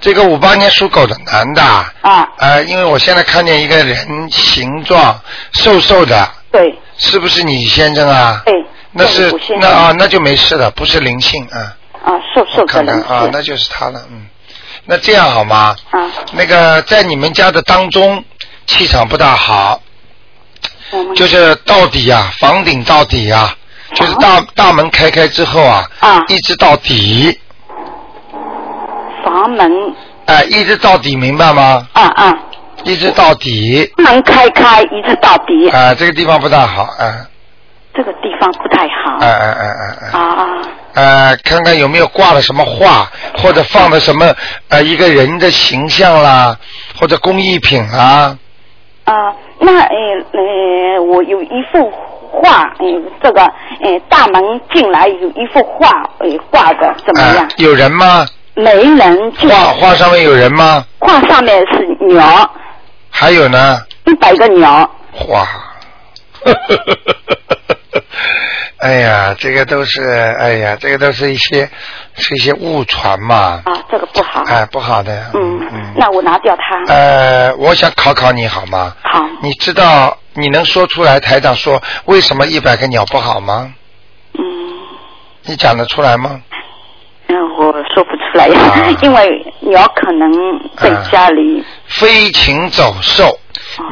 [SPEAKER 1] 这个五八年属狗的男的，
[SPEAKER 6] 啊，
[SPEAKER 1] 呃，因为我现在看见一个人形状瘦瘦的，
[SPEAKER 6] 对
[SPEAKER 1] 是不是你先生啊？
[SPEAKER 6] 对，
[SPEAKER 1] 那
[SPEAKER 6] 这
[SPEAKER 1] 是
[SPEAKER 6] 里不现
[SPEAKER 1] 那啊，那就没事了，不是灵性啊。
[SPEAKER 6] 啊瘦
[SPEAKER 1] 我
[SPEAKER 6] 瘦的
[SPEAKER 1] 看
[SPEAKER 6] 人
[SPEAKER 1] 看啊，那
[SPEAKER 6] 是
[SPEAKER 1] 就是他了，嗯。那这样好吗？
[SPEAKER 6] 啊，
[SPEAKER 1] 那个在你们家的当中，气场不大好，
[SPEAKER 6] 我们
[SPEAKER 1] 就是到底啊，房顶到底啊，就是大大门开开之后啊，
[SPEAKER 6] 啊
[SPEAKER 1] 一直到底，
[SPEAKER 6] 房门
[SPEAKER 1] 哎、一直到底，明白吗？
[SPEAKER 6] 啊啊
[SPEAKER 1] 一直到底，
[SPEAKER 6] 门开开一直到底，
[SPEAKER 1] 啊、这个地方不大好，啊、
[SPEAKER 6] 这个地方不太好
[SPEAKER 1] 啊啊啊啊啊。
[SPEAKER 6] 啊
[SPEAKER 1] 呃，看看有没有挂了什么画，或者放了什么呃一个人的形象啦，或者工艺品啦。
[SPEAKER 6] 啊，那呃呃，我有一幅画，呃，这个呃大门进来有一幅画，呃画的怎么
[SPEAKER 1] 呃
[SPEAKER 6] 样？，
[SPEAKER 1] 有人吗？
[SPEAKER 6] 没人进，
[SPEAKER 1] 画画上面有人吗？
[SPEAKER 6] 画上面是鸟，
[SPEAKER 1] 还有呢？
[SPEAKER 6] 一百个鸟，啊
[SPEAKER 1] 哇！ 哎呀，这个都是，哎呀，这个都是一些是一些误传嘛，
[SPEAKER 6] 啊，这个不好。
[SPEAKER 1] 哎，不好的。
[SPEAKER 6] 嗯
[SPEAKER 1] 嗯，。
[SPEAKER 6] 那我拿掉它。
[SPEAKER 1] 呃，我想考考你好吗？
[SPEAKER 6] 好，
[SPEAKER 1] 你知道你能说出来台长说为什么一百个鸟不好吗？
[SPEAKER 6] 嗯，
[SPEAKER 1] 你讲得出来吗？
[SPEAKER 6] 嗯，我说不出来
[SPEAKER 1] 啊，
[SPEAKER 6] 因为鸟可能在
[SPEAKER 1] 啊
[SPEAKER 6] 家里。
[SPEAKER 1] 飞禽走兽，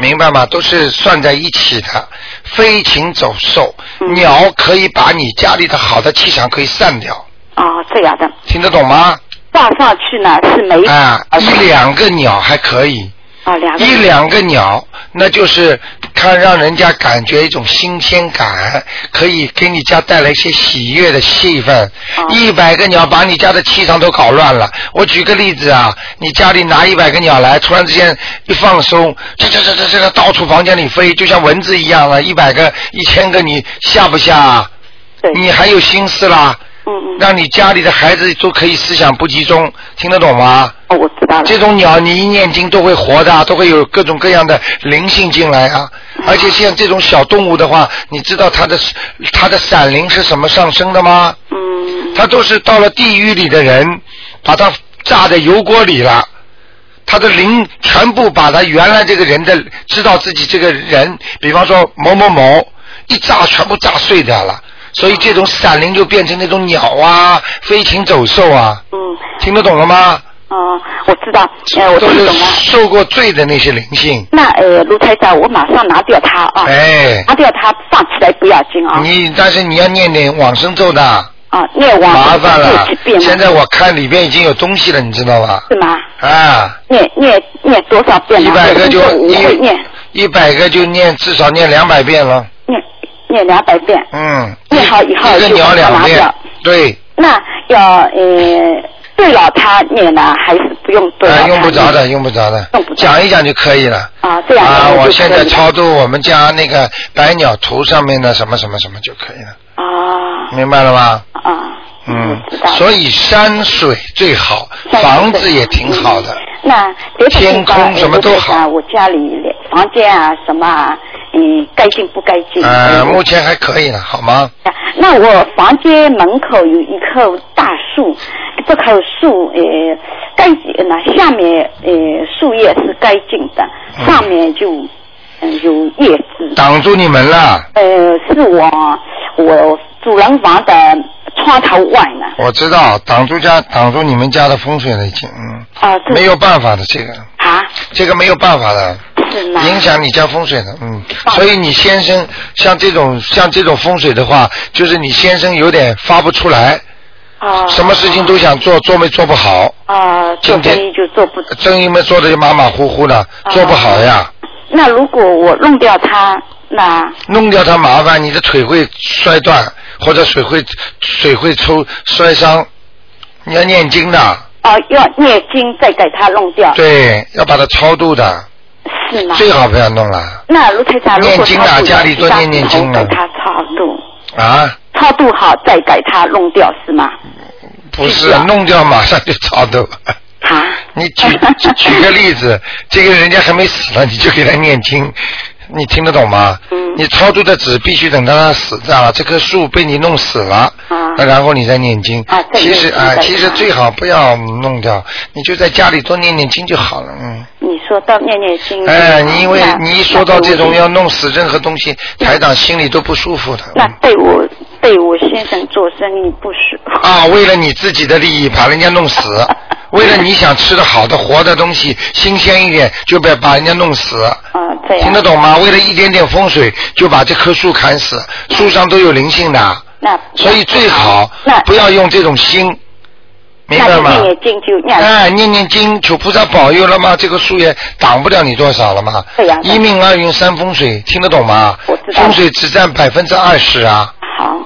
[SPEAKER 1] 明白吗？都是算在一起的。飞禽走兽，
[SPEAKER 6] 嗯
[SPEAKER 1] 鸟可以把你家里的好的气场可以散掉，
[SPEAKER 6] 哦，这样的，
[SPEAKER 1] 听得懂吗？
[SPEAKER 6] 画上去呢是没
[SPEAKER 1] 啊，
[SPEAKER 6] 啊
[SPEAKER 1] 一两个鸟还可以，
[SPEAKER 6] 啊，两个
[SPEAKER 1] 一两个鸟，那就是看让人家感觉一种新鲜感，可以给你家带来一些喜悦的气氛。一百个鸟把你家的气场都搞乱了。我举个例子啊，你家里拿一百个鸟来，突然之间一放松，这这这这这这到处房间里飞，就像蚊子一样啊了，一百个、一千个，你吓不吓啊？你还有心思啦？
[SPEAKER 6] 嗯
[SPEAKER 1] 让你家里的孩子都可以思想不集中，听得懂吗？
[SPEAKER 6] 哦，我知道了。
[SPEAKER 1] 这种鸟你一念经都会活的，啊都会有各种各样的灵性进来啊。而且像这种小动物的话，你知道它的它的闪灵是什么上升的吗？嗯。它都是到了地狱里的人，把它炸在油锅里了。他的灵全部把他原来这个人的知道自己这个人，比方说某某某，一炸全部炸碎掉了。所以这种闪灵就变成那种鸟啊、飞禽走兽啊。嗯。听得懂了吗？
[SPEAKER 6] 哦，我知道，呃，我
[SPEAKER 1] 都
[SPEAKER 6] 听
[SPEAKER 1] 是
[SPEAKER 6] 懂了。
[SPEAKER 1] 受过罪的那些灵性。
[SPEAKER 6] 那呃，卢台长，我马上拿掉它啊，
[SPEAKER 1] 哎，
[SPEAKER 6] 拿掉它放起来不要紧啊，
[SPEAKER 1] 你但是你要念点往生咒的。
[SPEAKER 6] 啊，念完
[SPEAKER 1] 麻烦了
[SPEAKER 6] 几遍，嘛
[SPEAKER 1] 现在我看里边已经有东西了，你知道吧？
[SPEAKER 6] 啊是吗？
[SPEAKER 1] 啊，
[SPEAKER 6] 念念念多少遍
[SPEAKER 1] 一
[SPEAKER 6] 呢？
[SPEAKER 1] 百个就
[SPEAKER 6] 我
[SPEAKER 1] 一
[SPEAKER 6] 会念
[SPEAKER 1] 一百个就念至少念两百遍了。
[SPEAKER 6] 念两百遍，
[SPEAKER 1] 嗯，
[SPEAKER 6] 念好以后
[SPEAKER 1] 一个
[SPEAKER 6] 就
[SPEAKER 1] 鸟
[SPEAKER 6] 把它
[SPEAKER 1] 两
[SPEAKER 6] 拿
[SPEAKER 1] 遍
[SPEAKER 6] 掉。，
[SPEAKER 1] 对，
[SPEAKER 6] 那要呃对了它念呢，还是不用对了嗯它
[SPEAKER 1] 啊，
[SPEAKER 6] 念？
[SPEAKER 1] 用不着的，用不着的，讲一讲就可以了。
[SPEAKER 6] 啊，这样
[SPEAKER 1] 啊，
[SPEAKER 6] 念就
[SPEAKER 1] 我
[SPEAKER 6] 可
[SPEAKER 1] 现
[SPEAKER 6] 以
[SPEAKER 1] 在
[SPEAKER 6] 了
[SPEAKER 1] 超度我们家那个百鸟图上面的什么什么什么就可以了。啊。明白了吗？啊。嗯，所以山水最好，房子也挺好
[SPEAKER 6] 嗯
[SPEAKER 1] 的。
[SPEAKER 6] 那别的地
[SPEAKER 1] 天空
[SPEAKER 6] 方呃
[SPEAKER 1] 什么都好
[SPEAKER 6] 我觉得啊我家里连房间啊什么啊，嗯，干净不干净？哎
[SPEAKER 1] 呃，目前还可以了，好吗？
[SPEAKER 6] 那我房间门口有一棵大树，这棵树呃干净，那下面呃树叶是干净的，上面就嗯、有叶子。
[SPEAKER 1] 挡住你们了，
[SPEAKER 6] 呃，是我我主人房的窗头外呢。
[SPEAKER 1] 我知道，挡住家，挡住你们家的风水了已经，嗯。
[SPEAKER 6] 啊，这
[SPEAKER 1] 没有办法的，这个。
[SPEAKER 6] 啊。
[SPEAKER 1] 这个没有办法的。
[SPEAKER 6] 是吗？
[SPEAKER 1] 影响你家风水的，嗯，所以你先生像这种像这种风水的话，就是你先生有点发不出来，
[SPEAKER 6] 啊
[SPEAKER 1] 什么事情都想做，做没做不好，
[SPEAKER 6] 啊，做
[SPEAKER 1] 今天
[SPEAKER 6] 生意就哦做不。
[SPEAKER 1] 生意嘛做的就马马虎虎的，做不好呀，
[SPEAKER 6] 那如果我弄掉它，那
[SPEAKER 1] 弄掉它麻烦，你的腿会摔断，或者水会水会抽摔伤，你要念经的，
[SPEAKER 6] 啊要念经再给它弄掉，
[SPEAKER 1] 对，要把它超度的，
[SPEAKER 6] 是吗？
[SPEAKER 1] 最好不要弄了
[SPEAKER 6] 那卢台长，如
[SPEAKER 1] 念
[SPEAKER 6] 果
[SPEAKER 1] 经啊
[SPEAKER 6] 他不
[SPEAKER 1] 家里多念念经啊
[SPEAKER 6] 给他超度，
[SPEAKER 1] 啊，
[SPEAKER 6] 超度好再给他弄掉是吗？
[SPEAKER 1] 不是弄掉马上就超度。
[SPEAKER 6] 啊
[SPEAKER 1] 你 举举个例子，这个人家还没死呢，你就给他念经，你听得懂吗？
[SPEAKER 6] 嗯
[SPEAKER 1] 你超度的纸必须等到他死掉了，这棵树被你弄死了，那然后你再念经。其实
[SPEAKER 6] 啊再念经
[SPEAKER 1] 啊，
[SPEAKER 6] 再
[SPEAKER 1] 其实最好不要弄掉，你就在家里多念念经就好了。嗯，
[SPEAKER 6] 你说到念念经，
[SPEAKER 1] 哎，你因为
[SPEAKER 6] 嗯那
[SPEAKER 1] 你一说到这种
[SPEAKER 6] 那
[SPEAKER 1] 要弄死任何东西，台长心里都不舒服的。
[SPEAKER 6] 那对我对我先生做生意不是
[SPEAKER 1] 啊，为了你自己的利益把人家弄死，为了你想吃的好的活的东西新鲜一点，就被把人家弄死。
[SPEAKER 6] 哦
[SPEAKER 1] 听得懂吗？为了一点点风水就把这棵树砍死，
[SPEAKER 6] 嗯
[SPEAKER 1] 树上都有灵性的，
[SPEAKER 6] 那
[SPEAKER 1] 所以最好
[SPEAKER 6] 嗯那
[SPEAKER 1] 不要用这种心，明
[SPEAKER 6] 那
[SPEAKER 1] 白
[SPEAKER 6] 就
[SPEAKER 1] 吗
[SPEAKER 6] 念？念经就念
[SPEAKER 1] 哎，念念经，求菩萨保佑了吗？这个树也挡不了你多少了吗？
[SPEAKER 6] 对呀
[SPEAKER 1] 一命二运三风水，听得懂吗？风水只占百分之二十啊。
[SPEAKER 6] 好。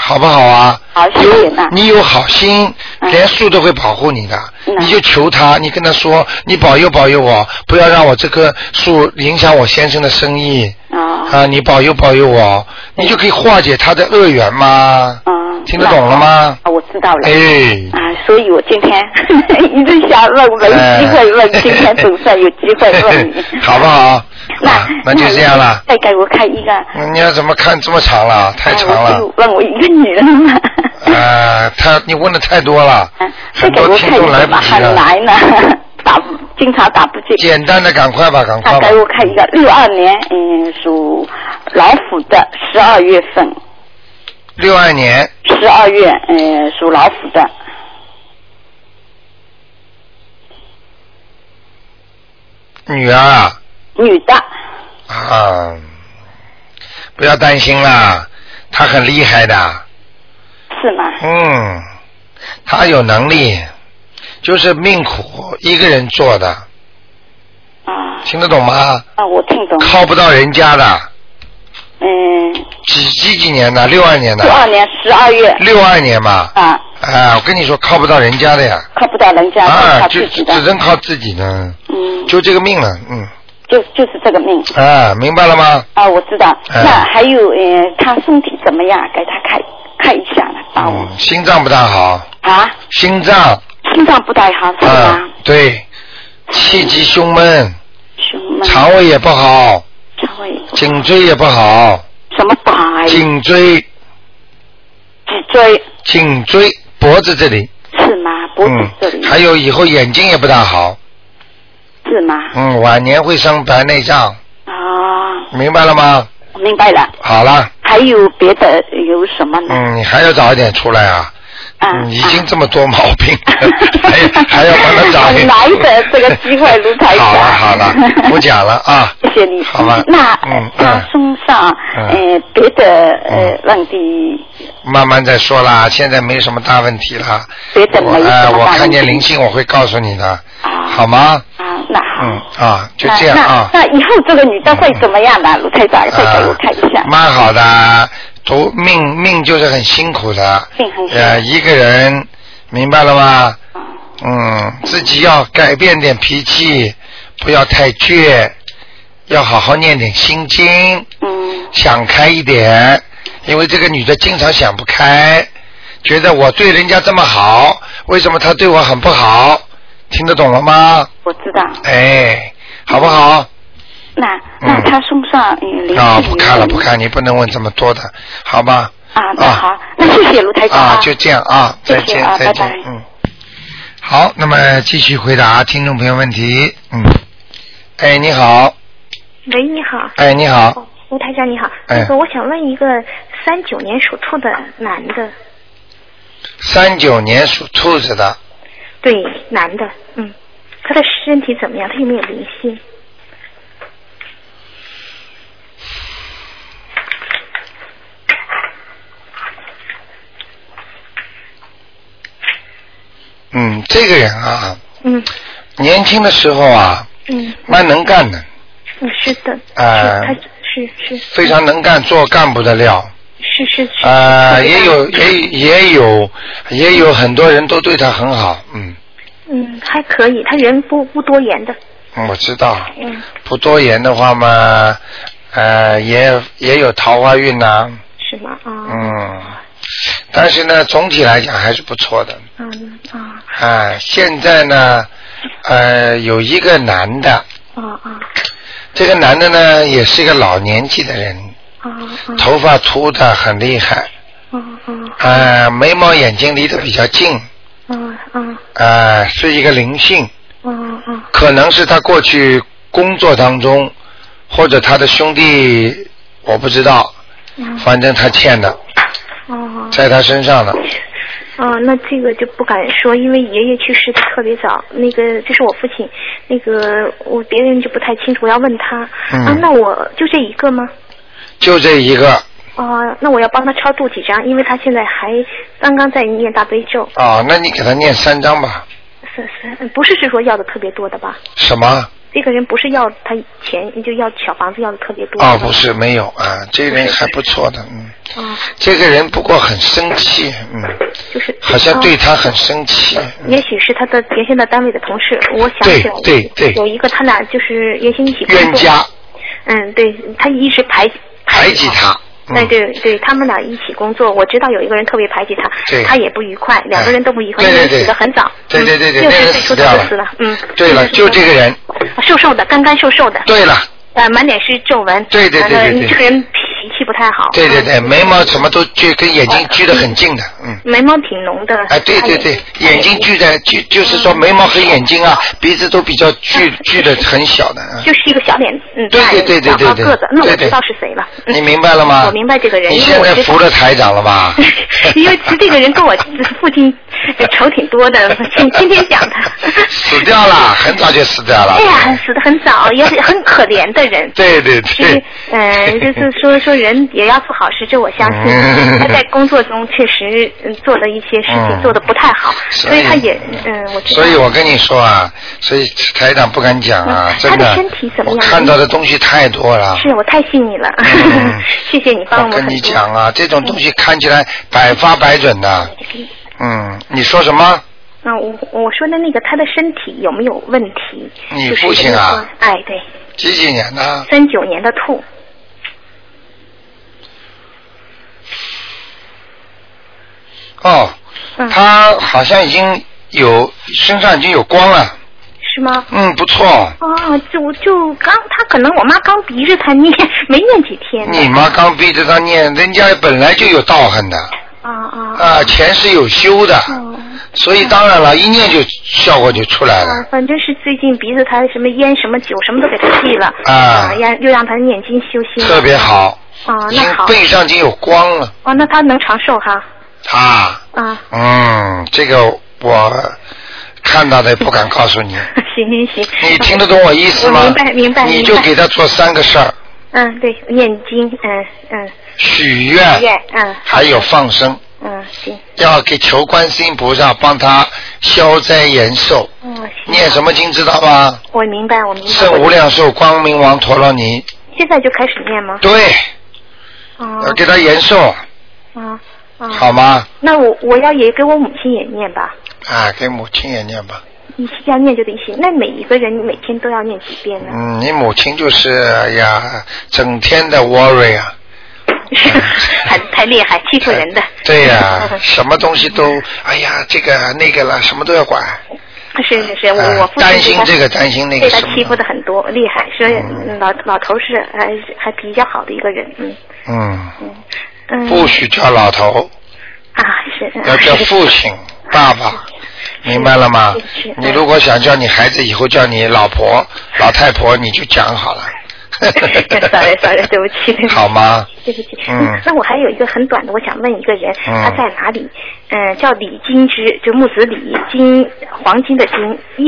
[SPEAKER 1] 好不好啊？
[SPEAKER 6] 好谢谢
[SPEAKER 1] 有
[SPEAKER 6] 那嗯
[SPEAKER 1] 你有好心，连树都会保护你的。你就求他，你跟他说，你保佑保佑我，不要让我这棵树影响我先生的生意。
[SPEAKER 6] 哦
[SPEAKER 1] 啊，你保佑保佑我，你就可以化解他的恶缘嘛。听得懂了吗？
[SPEAKER 6] 哦啊，我知道了。
[SPEAKER 1] 哎。
[SPEAKER 6] 啊，所以我今天 一直想问，没
[SPEAKER 1] 哎
[SPEAKER 6] 机会问，今天总算有机会问你。
[SPEAKER 1] 好不好？啊，那就这样了。
[SPEAKER 6] 再给我看一个，
[SPEAKER 1] 嗯你要怎么看这么长了？太长
[SPEAKER 6] 哎
[SPEAKER 1] 了
[SPEAKER 6] 我。就问我一个女人嘛， 啊
[SPEAKER 1] 啊，他你问的太多了，
[SPEAKER 6] 再
[SPEAKER 1] 很
[SPEAKER 6] 给
[SPEAKER 1] 多
[SPEAKER 6] 我
[SPEAKER 1] 听
[SPEAKER 6] 看一
[SPEAKER 1] 众来
[SPEAKER 6] 个
[SPEAKER 1] 不
[SPEAKER 6] 吧，
[SPEAKER 1] 及
[SPEAKER 6] 很
[SPEAKER 1] 了。
[SPEAKER 6] 难呢， 打不经常打不进。
[SPEAKER 1] 简单的，赶快吧，赶
[SPEAKER 6] 他
[SPEAKER 1] 快吧
[SPEAKER 6] 给。我看一个六二年，嗯，属老虎的，十二月份，
[SPEAKER 1] 六二年，
[SPEAKER 6] 十二月，嗯，属老虎的，
[SPEAKER 1] 女儿啊。
[SPEAKER 6] 女的，
[SPEAKER 1] 啊，不要担心啦，他很厉害的。
[SPEAKER 6] 是吗？
[SPEAKER 1] 嗯，他有能力，就是命苦一个人做的。
[SPEAKER 6] 啊
[SPEAKER 1] 听得懂吗？
[SPEAKER 6] 啊，我听懂。
[SPEAKER 1] 靠不到人家的，
[SPEAKER 6] 嗯，
[SPEAKER 1] 几几几年的？六二年
[SPEAKER 6] 十二
[SPEAKER 1] 的，
[SPEAKER 6] 年十二月
[SPEAKER 1] 六二年嘛。
[SPEAKER 6] 啊，
[SPEAKER 1] 哎，我跟你说，靠不到人家的呀，
[SPEAKER 6] 靠不到人家，
[SPEAKER 1] 啊，
[SPEAKER 6] 靠
[SPEAKER 1] 就
[SPEAKER 6] 自己
[SPEAKER 1] 只
[SPEAKER 6] 的，
[SPEAKER 1] 能靠自己呢，
[SPEAKER 6] 嗯，
[SPEAKER 1] 就这个命了，嗯，
[SPEAKER 6] 就就是这个命
[SPEAKER 1] 啊，明白了吗？
[SPEAKER 6] 啊，我知道。
[SPEAKER 1] 哎
[SPEAKER 6] 那还有呃，他身体怎么样？给他看看一下呢，帮啊我
[SPEAKER 1] 嗯，心脏不大好，
[SPEAKER 6] 啊，
[SPEAKER 1] 心脏，
[SPEAKER 6] 心脏不太好是
[SPEAKER 1] 嗯啊
[SPEAKER 6] 吗？，
[SPEAKER 1] 对，气急胸闷，
[SPEAKER 6] 胸闷，
[SPEAKER 1] 肠胃也不好，
[SPEAKER 6] 肠胃
[SPEAKER 1] 颈椎也不好，
[SPEAKER 6] 什么不好啊？脊
[SPEAKER 1] 颈椎
[SPEAKER 6] 椎
[SPEAKER 1] 颈椎脖子这里，
[SPEAKER 6] 是吗？脖子这里
[SPEAKER 1] 嗯，还有以后眼睛也不大好，
[SPEAKER 6] 是吗？
[SPEAKER 1] 嗯，晚年会生白内障，
[SPEAKER 6] 啊，
[SPEAKER 1] 明白了吗？
[SPEAKER 6] 我明白了。
[SPEAKER 1] 好了，
[SPEAKER 6] 还有别的有什么呢？
[SPEAKER 1] 嗯，你还要早一点出来啊，
[SPEAKER 6] 啊，
[SPEAKER 1] 嗯，已经
[SPEAKER 6] 啊
[SPEAKER 1] 这么多毛病了， 还要还要帮他找一
[SPEAKER 6] 很 难得这个机会卢台长
[SPEAKER 1] 好了好了，不讲了啊，
[SPEAKER 6] 谢谢你。
[SPEAKER 1] 好吧
[SPEAKER 6] 那呃
[SPEAKER 1] 嗯
[SPEAKER 6] 他
[SPEAKER 1] 嗯
[SPEAKER 6] 身上
[SPEAKER 1] 嗯
[SPEAKER 6] 呃别的呃问题，
[SPEAKER 1] 慢慢再说啦，现在没什么大问题啦。
[SPEAKER 6] 别的
[SPEAKER 1] 我
[SPEAKER 6] 没
[SPEAKER 1] 哎
[SPEAKER 6] 什么
[SPEAKER 1] 我
[SPEAKER 6] 大
[SPEAKER 1] 看
[SPEAKER 6] 问
[SPEAKER 1] 见
[SPEAKER 6] 题
[SPEAKER 1] 灵性，我会告诉你的，
[SPEAKER 6] 啊
[SPEAKER 1] 好吗？
[SPEAKER 6] 啊，那好。
[SPEAKER 1] 嗯啊，就
[SPEAKER 6] 那
[SPEAKER 1] 这样啊。嗯
[SPEAKER 6] 那那以后这个女的会怎么样呢？卢台长，再给我看一下
[SPEAKER 1] 啊。呃蛮好的，图命命就是很辛苦的，
[SPEAKER 6] 命很辛苦
[SPEAKER 1] 呃，一个人，明白了吗？
[SPEAKER 6] 啊
[SPEAKER 1] 嗯，自己要改变点脾气，不要太倔，要好好念点心经，
[SPEAKER 6] 嗯
[SPEAKER 1] 想开一点，因为这个女的经常想不开，觉得我对人家这么好，为什么她对我很不好？听得懂了吗？
[SPEAKER 6] 我知道。
[SPEAKER 1] 哎，好不好？
[SPEAKER 6] 那
[SPEAKER 1] 嗯
[SPEAKER 6] 那他身上嗯灵
[SPEAKER 1] 啊、
[SPEAKER 6] 性
[SPEAKER 1] 不看了，
[SPEAKER 6] 有
[SPEAKER 1] 不看，你不能问这么多的，好吧？
[SPEAKER 6] 啊，那
[SPEAKER 1] 啊
[SPEAKER 6] 好，那谢谢卢台长
[SPEAKER 1] 啊，就这样啊，
[SPEAKER 6] 谢
[SPEAKER 1] 再
[SPEAKER 6] 谢
[SPEAKER 1] 见，
[SPEAKER 6] 啊
[SPEAKER 1] 再
[SPEAKER 6] 拜
[SPEAKER 1] 见
[SPEAKER 6] 拜，
[SPEAKER 1] 嗯。好，那么继续回答听众朋友问题，嗯。哎，你好，
[SPEAKER 7] 喂，你好，
[SPEAKER 1] 哎，你好，
[SPEAKER 7] 哦，吴台长你好，
[SPEAKER 1] 哎
[SPEAKER 7] 那个我想问一个三九年属兔的男的，
[SPEAKER 1] 三九年属兔子的，
[SPEAKER 7] 对，男的，嗯，他的身体怎么样？他有没有灵性？
[SPEAKER 1] 嗯，这个人啊，
[SPEAKER 7] 嗯
[SPEAKER 1] 年轻的时候啊，
[SPEAKER 7] 嗯
[SPEAKER 1] 蛮能干的，
[SPEAKER 7] 嗯，是的，是
[SPEAKER 1] 呃
[SPEAKER 7] 他是是
[SPEAKER 1] 非常能干，做干部的料。
[SPEAKER 7] 是是是，
[SPEAKER 1] 呃，也有也也有也有很多人都对他很好，嗯
[SPEAKER 7] 嗯，还可以，他人不不多言的，
[SPEAKER 1] 嗯我知道。
[SPEAKER 7] 嗯，
[SPEAKER 1] 不多言的话嘛，呃，也也有桃花运呐、
[SPEAKER 7] 是吗？啊
[SPEAKER 1] 嗯，但是呢，总体来讲还是不错的。
[SPEAKER 7] 嗯啊
[SPEAKER 1] 啊，现在呢，呃，有一个男的，
[SPEAKER 7] 啊啊
[SPEAKER 1] 这个男的呢也是一个老年纪的人，
[SPEAKER 7] 啊啊
[SPEAKER 1] 头发秃的很厉害，
[SPEAKER 7] 啊啊
[SPEAKER 1] 啊，眉毛眼睛离得比较近，
[SPEAKER 7] 啊啊
[SPEAKER 1] 啊，是一个灵性，
[SPEAKER 7] 啊啊
[SPEAKER 1] 可能是他过去工作当中，或者他的兄弟，我不知道，反正他欠的，
[SPEAKER 7] 啊！
[SPEAKER 1] 在他身上了。
[SPEAKER 7] 啊，那这个就不敢说，因为爷爷去世的特别早。那个这是我父亲，那个我别人就不太清楚，我要问他。
[SPEAKER 1] 嗯
[SPEAKER 7] 啊，那我就这一个吗？
[SPEAKER 1] 就这一个
[SPEAKER 7] 啊，那我要帮他超度几张，因为他现在还刚刚在念大悲咒，
[SPEAKER 1] 啊，那你给他念三章吧。
[SPEAKER 7] 是是，嗯不是是说要的特别多的吧？
[SPEAKER 1] 什么？
[SPEAKER 7] 这个人不是要他钱，就要小房子要的特别多。
[SPEAKER 1] 哦，不。是，没有啊，这个人还不错的，嗯，
[SPEAKER 7] 啊，
[SPEAKER 1] 这个人不过很生气，嗯，
[SPEAKER 7] 就是
[SPEAKER 1] 好像对
[SPEAKER 7] 啊
[SPEAKER 1] 他很生气，嗯
[SPEAKER 7] 也许是他的原先的单位的同事，我想
[SPEAKER 1] 对
[SPEAKER 7] 起来了
[SPEAKER 1] 对对
[SPEAKER 7] 有一个他俩就是原先一起工
[SPEAKER 1] 冤
[SPEAKER 7] 作
[SPEAKER 1] 家
[SPEAKER 7] 嗯，对他一直排
[SPEAKER 1] 排挤他。嗯
[SPEAKER 7] 哎，对对，他们俩一起工作，我知道有一个人特别排挤他
[SPEAKER 1] 对，
[SPEAKER 7] 他也不愉快，两个人都不愉快，
[SPEAKER 1] 哎
[SPEAKER 7] 因
[SPEAKER 1] 对
[SPEAKER 7] 为
[SPEAKER 1] 对对
[SPEAKER 7] 死的很早，嗯
[SPEAKER 1] 对对对对，
[SPEAKER 7] 六
[SPEAKER 1] 那
[SPEAKER 7] 十
[SPEAKER 1] 人
[SPEAKER 7] 岁
[SPEAKER 1] 死
[SPEAKER 7] 出头
[SPEAKER 1] 掉
[SPEAKER 7] 就
[SPEAKER 1] 了
[SPEAKER 7] 死了，嗯，
[SPEAKER 1] 对了，就这个人，
[SPEAKER 7] 瘦瘦的，干干瘦瘦的，
[SPEAKER 1] 对了，
[SPEAKER 7] 呃，满脸是皱纹，
[SPEAKER 1] 对对对对
[SPEAKER 7] 完了
[SPEAKER 1] 对
[SPEAKER 7] 这个人脾气不太好，
[SPEAKER 1] 对对
[SPEAKER 7] 嗯，
[SPEAKER 1] 对，眉毛什么都聚，跟眼睛聚得很近的，嗯，
[SPEAKER 7] 眉毛挺浓的，
[SPEAKER 1] 哎，对对对，眼睛聚在聚，就是说
[SPEAKER 7] 嗯
[SPEAKER 1] 眉毛和眼睛啊，鼻子都比较聚聚的很小的，嗯。
[SPEAKER 7] 就是一个小脸，嗯，
[SPEAKER 1] 对
[SPEAKER 7] 大
[SPEAKER 1] 对
[SPEAKER 7] 人
[SPEAKER 1] 对对对
[SPEAKER 7] 小高
[SPEAKER 1] 对，
[SPEAKER 7] 个子，那
[SPEAKER 1] 对
[SPEAKER 7] 我
[SPEAKER 1] 对
[SPEAKER 7] 知道是谁 了，嗯
[SPEAKER 1] 你明白了吗？
[SPEAKER 7] 我明白这个人
[SPEAKER 1] 你现
[SPEAKER 7] 因为我
[SPEAKER 1] 在
[SPEAKER 7] 知道？
[SPEAKER 1] 服了台长了吧
[SPEAKER 7] 因为其实这个人跟我父亲呃仇挺多 的， 天天天讲他。
[SPEAKER 1] 死掉了，很早就死掉了。
[SPEAKER 7] 哎哎呀，死的很早，也是很可怜的人。
[SPEAKER 1] 对对
[SPEAKER 7] 就是
[SPEAKER 1] 对，
[SPEAKER 7] 嗯、呃就是说说人人也要做好事，这我相信。
[SPEAKER 1] 嗯
[SPEAKER 7] 他在工作中确实嗯做了一些事
[SPEAKER 1] 嗯
[SPEAKER 7] 情，做的不太好，
[SPEAKER 1] 所
[SPEAKER 7] 所
[SPEAKER 1] 以
[SPEAKER 7] 以他也嗯，我知道。
[SPEAKER 1] 所以我跟你说啊，所以台长不敢讲啊，
[SPEAKER 7] 嗯
[SPEAKER 1] 真
[SPEAKER 7] 他的身体怎么
[SPEAKER 1] 我
[SPEAKER 7] 样
[SPEAKER 1] 看到的东西太多了。
[SPEAKER 7] 是我太信你了
[SPEAKER 1] 嗯，
[SPEAKER 7] 谢谢你帮
[SPEAKER 1] 我
[SPEAKER 7] 我很
[SPEAKER 1] 跟
[SPEAKER 7] 多。
[SPEAKER 1] 你讲啊，这种东西看起来百发百准的、嗯，你说什么？
[SPEAKER 7] 嗯，我我说的那个他的身体有没有问题？
[SPEAKER 1] 你
[SPEAKER 7] 就是
[SPEAKER 1] 父亲啊
[SPEAKER 7] 有没有说哎，对，
[SPEAKER 1] 几几年的？
[SPEAKER 7] 三九年的兔，
[SPEAKER 1] 哦，
[SPEAKER 7] 嗯，
[SPEAKER 1] 他好像已经有身上已经有光了。
[SPEAKER 7] 是吗？
[SPEAKER 1] 嗯，不错。
[SPEAKER 7] 哦，就就刚他可能我妈刚逼着他念，没念几天呢。
[SPEAKER 1] 你妈刚逼着他念，人家本来就有道行的，
[SPEAKER 7] 啊啊
[SPEAKER 1] 啊，前世有修的，
[SPEAKER 7] 哦
[SPEAKER 1] 所以当然了，一念就效果就出来
[SPEAKER 7] 嗯啊
[SPEAKER 1] 了。！
[SPEAKER 7] 反正是最近鼻子他什么烟什么酒什么都给他戒了
[SPEAKER 1] 啊
[SPEAKER 7] 让又让他念经修心
[SPEAKER 1] 特别好，
[SPEAKER 7] 啊，
[SPEAKER 1] 已
[SPEAKER 7] 那
[SPEAKER 1] 经
[SPEAKER 7] 好
[SPEAKER 1] 背上已经有光了
[SPEAKER 7] 哦，那他能长寿哈
[SPEAKER 1] 啊。
[SPEAKER 7] 啊！
[SPEAKER 1] 嗯，这个我看到的不敢告诉你。
[SPEAKER 7] 行行行，
[SPEAKER 1] 你听得懂我意思吗？
[SPEAKER 7] 嗯我明白明白
[SPEAKER 1] 你就
[SPEAKER 7] 明白
[SPEAKER 1] 给他做三个事儿：
[SPEAKER 7] 嗯，对，念经，嗯嗯，
[SPEAKER 1] 许愿，
[SPEAKER 7] 愿，嗯
[SPEAKER 1] 还有放生，
[SPEAKER 7] 嗯，行，
[SPEAKER 1] 要给求观世音菩萨帮他消灾延寿。
[SPEAKER 7] 嗯行。
[SPEAKER 1] 念什么经知道吗？
[SPEAKER 7] 我明白，我明白。
[SPEAKER 1] 圣无
[SPEAKER 7] 我
[SPEAKER 1] 量寿光明王陀罗尼。
[SPEAKER 7] 现在就开始念吗？
[SPEAKER 1] 对，
[SPEAKER 7] 啊
[SPEAKER 1] 要给他延寿，
[SPEAKER 7] 啊啊！
[SPEAKER 1] 呃好。吗？
[SPEAKER 7] 那我我要也给我母亲也念吧，
[SPEAKER 1] 啊，给母亲也念吧。
[SPEAKER 7] 一起要念就得一起。那每一个人每天都要念几遍呢？
[SPEAKER 1] 嗯，你母亲就是哎呀，整天的 worry 啊。
[SPEAKER 7] 太太厉害，欺负人的。
[SPEAKER 1] 对呀、什么东西都，哎呀，这个那个了，什么都要管。
[SPEAKER 7] 是是是，我、
[SPEAKER 1] 啊
[SPEAKER 7] 我父亲
[SPEAKER 1] 担心
[SPEAKER 7] 对他
[SPEAKER 1] 这个担心那个
[SPEAKER 7] 被他
[SPEAKER 1] 什么的
[SPEAKER 7] 欺负的很多，厉害。所以
[SPEAKER 1] 嗯
[SPEAKER 7] 老老头是还还比较好的一个人，嗯
[SPEAKER 1] 嗯，
[SPEAKER 7] 嗯嗯。
[SPEAKER 1] 不许叫老头，
[SPEAKER 7] 啊，是。
[SPEAKER 1] 要叫父亲、爸爸，明白了吗
[SPEAKER 7] 是是？
[SPEAKER 1] 你如果想叫你孩子以后叫你老婆、老太婆，你就讲好了。
[SPEAKER 7] sorry sorry，对不起，对不起。
[SPEAKER 1] 好吗？
[SPEAKER 7] 对不起，
[SPEAKER 1] 嗯
[SPEAKER 7] 那我还有一个很短的，我想问一个人，
[SPEAKER 1] 嗯
[SPEAKER 7] 他在哪里？嗯、叫李金枝，就木子李金，黄金的金，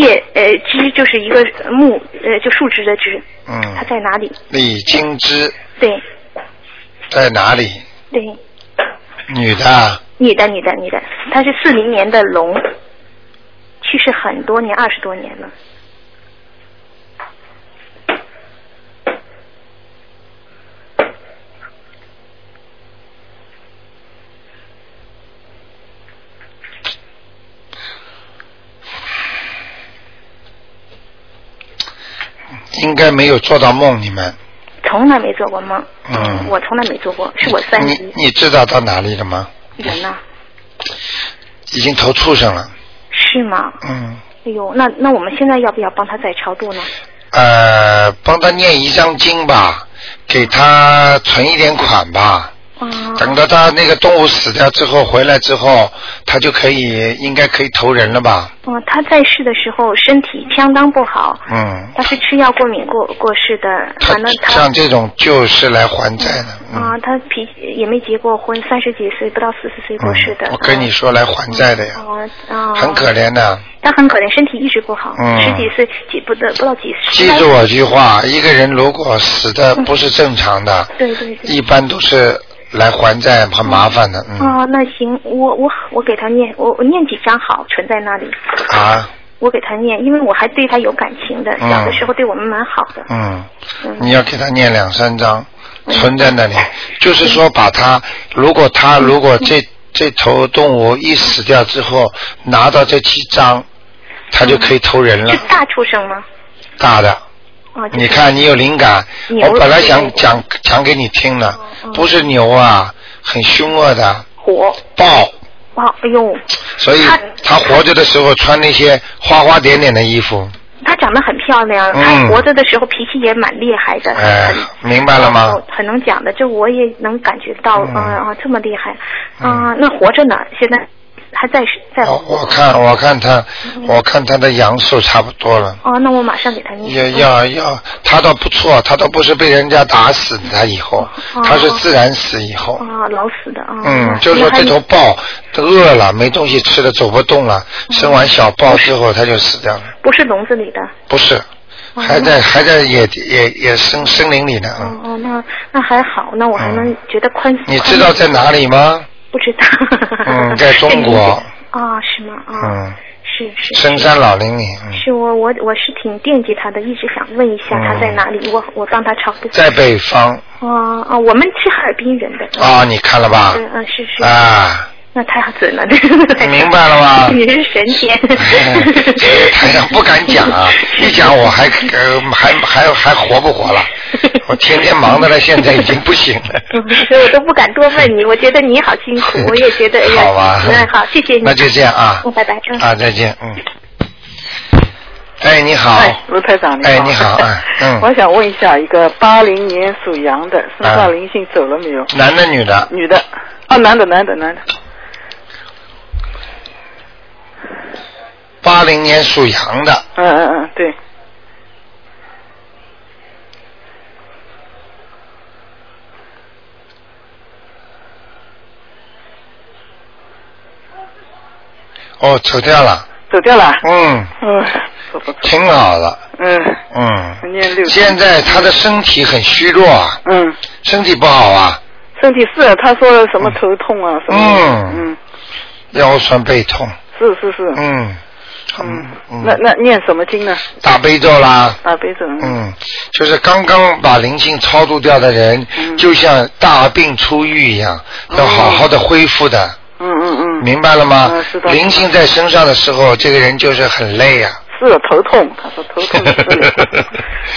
[SPEAKER 7] 叶呃枝就是一个木呃就树枝的枝，他
[SPEAKER 1] 嗯，
[SPEAKER 7] 在哪里？
[SPEAKER 1] 李金枝
[SPEAKER 7] 对
[SPEAKER 1] 在哪里？
[SPEAKER 7] 对，
[SPEAKER 1] 女的啊，
[SPEAKER 7] 女的女的女的，她是四零年的龙，去世很多年，二十多年了。
[SPEAKER 1] 应该没有做到梦，你们。
[SPEAKER 7] 从来没做过梦，
[SPEAKER 1] 嗯
[SPEAKER 7] 我从来没做过，是我三
[SPEAKER 1] 你
[SPEAKER 7] 姨
[SPEAKER 1] 你知道到哪里了吗？
[SPEAKER 7] 人呐，
[SPEAKER 1] 已经投畜生了。
[SPEAKER 7] 是吗？
[SPEAKER 1] 嗯，
[SPEAKER 7] 哎呦，那那我们现在要不要帮他再超度呢？
[SPEAKER 1] 呃，帮他念一张经吧，给他存一点款吧。
[SPEAKER 7] 啊、
[SPEAKER 1] 等到他那个动物死掉之后，回来之后，他就可以应该可以投人了吧？
[SPEAKER 7] 嗯，他在世的时候身体相当不好，
[SPEAKER 1] 嗯，
[SPEAKER 7] 他是吃药过敏过过世的，
[SPEAKER 1] 他
[SPEAKER 7] 反正他
[SPEAKER 1] 像这种就是来还债的。
[SPEAKER 7] 啊、
[SPEAKER 1] 嗯，
[SPEAKER 7] 他脾气也没结过婚，三十几岁不到四十岁过世的。
[SPEAKER 1] 嗯我跟你说来还债的呀，
[SPEAKER 7] 啊啊！
[SPEAKER 1] 很可怜的。
[SPEAKER 7] 他很可怜，身体一直不好，
[SPEAKER 1] 嗯
[SPEAKER 7] 十几岁几不得不到几十。
[SPEAKER 1] 记住我句话，一个人如果死的不是正常的，
[SPEAKER 7] 嗯对对对。
[SPEAKER 1] 一般都是来还债很麻烦的。嗯
[SPEAKER 7] 啊、那行，我我我给他念，我我念几张好，存在那里。
[SPEAKER 1] 啊，
[SPEAKER 7] 我给他念，因为我还对他有感情的，
[SPEAKER 1] 嗯
[SPEAKER 7] 小的时候对我们蛮好的。
[SPEAKER 1] 嗯。
[SPEAKER 7] 嗯
[SPEAKER 1] 你要给他念两三张，存在那里，就是说把他，如果他
[SPEAKER 7] 嗯
[SPEAKER 1] 如果这这头动物一死掉之后，拿到这几张，他就可以投人了
[SPEAKER 7] 是，大畜生吗？
[SPEAKER 1] 大的。
[SPEAKER 7] 啊、就
[SPEAKER 1] 嗯
[SPEAKER 7] 是
[SPEAKER 1] 你看你有灵感，
[SPEAKER 7] 牛
[SPEAKER 1] 我本来
[SPEAKER 7] 之
[SPEAKER 1] 想
[SPEAKER 7] 类的
[SPEAKER 1] 讲讲给你听呢
[SPEAKER 7] 嗯，
[SPEAKER 1] 不是牛啊，很凶恶的
[SPEAKER 7] 火，
[SPEAKER 1] 豹，
[SPEAKER 7] 哇，哎呦，
[SPEAKER 1] 所以
[SPEAKER 7] 它
[SPEAKER 1] 他活着的时候穿那些花花点点的衣服，
[SPEAKER 7] 她长得很漂亮，
[SPEAKER 1] 嗯
[SPEAKER 7] 她活着的时候脾气也蛮厉害的，
[SPEAKER 1] 哎
[SPEAKER 7] 很，
[SPEAKER 1] 明白了吗
[SPEAKER 7] 哦？很能讲的，这我也能感觉到，
[SPEAKER 1] 嗯
[SPEAKER 7] 啊啊，这么厉害，啊，那活着呢，现在还在世在
[SPEAKER 1] 我
[SPEAKER 7] 活
[SPEAKER 1] 我看我看他，
[SPEAKER 7] 嗯
[SPEAKER 1] 我看他的阳寿差不多了。
[SPEAKER 7] 哦，那我马上给他念，
[SPEAKER 1] 要要要，他倒不错，他倒不是被人家打死的，他以后，
[SPEAKER 7] 哦
[SPEAKER 1] 他是自然死以后。
[SPEAKER 7] 啊，老死的啊，
[SPEAKER 1] 嗯，就是说这头
[SPEAKER 7] 种
[SPEAKER 1] 豹饿了，没东西
[SPEAKER 7] 嗯
[SPEAKER 1] 吃了，走不动了，生完小豹之后它就死掉了。
[SPEAKER 7] 不是笼子里的，
[SPEAKER 1] 不是，
[SPEAKER 7] 哦
[SPEAKER 1] 还在还在野野野森森林里呢。嗯
[SPEAKER 7] 哦哦，那那还好，那我还能觉得宽松。
[SPEAKER 1] 你知道在哪里吗？
[SPEAKER 7] 不知道。
[SPEAKER 1] 嗯在中国
[SPEAKER 7] 啊、哦，是吗？啊、
[SPEAKER 1] 嗯，
[SPEAKER 7] 是是。
[SPEAKER 1] 深山老林里，嗯，
[SPEAKER 7] 是我我我是挺惦记他的，一直想问一下
[SPEAKER 1] 嗯
[SPEAKER 7] 他在哪里，我我帮他抄不
[SPEAKER 1] 在北方
[SPEAKER 7] 哦哦，我们是哈尔滨人的。
[SPEAKER 1] 啊、你看了吧？
[SPEAKER 7] 嗯嗯是是。
[SPEAKER 1] 啊，
[SPEAKER 7] 那太准了。
[SPEAKER 1] 明白哎了吧
[SPEAKER 7] 你是 神仙。
[SPEAKER 1] 台上不敢讲啊，一讲我还呃还还还活不 活了？我天天忙的了，现在已经不行了。
[SPEAKER 7] 所以我都不敢多问你，我觉得你好辛 苦， 我也觉得哎呀，
[SPEAKER 1] 好吧
[SPEAKER 7] 嗯，好，谢谢你。
[SPEAKER 1] 那就这样啊
[SPEAKER 7] 嗯，拜拜。嗯
[SPEAKER 1] 啊，再见，嗯。哎，你好，
[SPEAKER 8] 哎，卢台长，你好。
[SPEAKER 1] 哎你好哎嗯
[SPEAKER 8] 我想问一下，一个八零年属羊的，身
[SPEAKER 1] 啊
[SPEAKER 8] 上灵性走了没有？
[SPEAKER 1] 男的女的？
[SPEAKER 8] 女的，啊，男的，男的，男的，
[SPEAKER 1] 八零年属羊的，
[SPEAKER 8] 嗯嗯嗯，对，
[SPEAKER 1] 哦，走掉了，
[SPEAKER 8] 走掉了。
[SPEAKER 1] 嗯，
[SPEAKER 8] 嗯，不不错，
[SPEAKER 1] 挺好的，
[SPEAKER 8] 嗯，
[SPEAKER 1] 嗯。
[SPEAKER 8] 念六。
[SPEAKER 1] 现在他的身体很虚弱啊，
[SPEAKER 8] 嗯，
[SPEAKER 1] 身体不好啊，
[SPEAKER 8] 身体是，他说什么头痛啊，什么，
[SPEAKER 1] 嗯
[SPEAKER 8] 嗯，
[SPEAKER 1] 腰酸背痛，
[SPEAKER 8] 是是是，
[SPEAKER 1] 嗯，
[SPEAKER 8] 嗯，
[SPEAKER 1] 嗯
[SPEAKER 8] 那那念什么经呢？
[SPEAKER 1] 大悲咒啦，
[SPEAKER 8] 大悲咒，
[SPEAKER 1] 嗯，就是刚刚把灵性超度掉的人，
[SPEAKER 8] 嗯
[SPEAKER 1] 就像大病初愈一样，要好好的恢复的，
[SPEAKER 8] 嗯嗯嗯，
[SPEAKER 1] 明白了吗
[SPEAKER 8] 嗯知？道
[SPEAKER 1] 灵性在身上的时候，这个人就是很累啊。
[SPEAKER 8] 是头痛，他说头痛是有。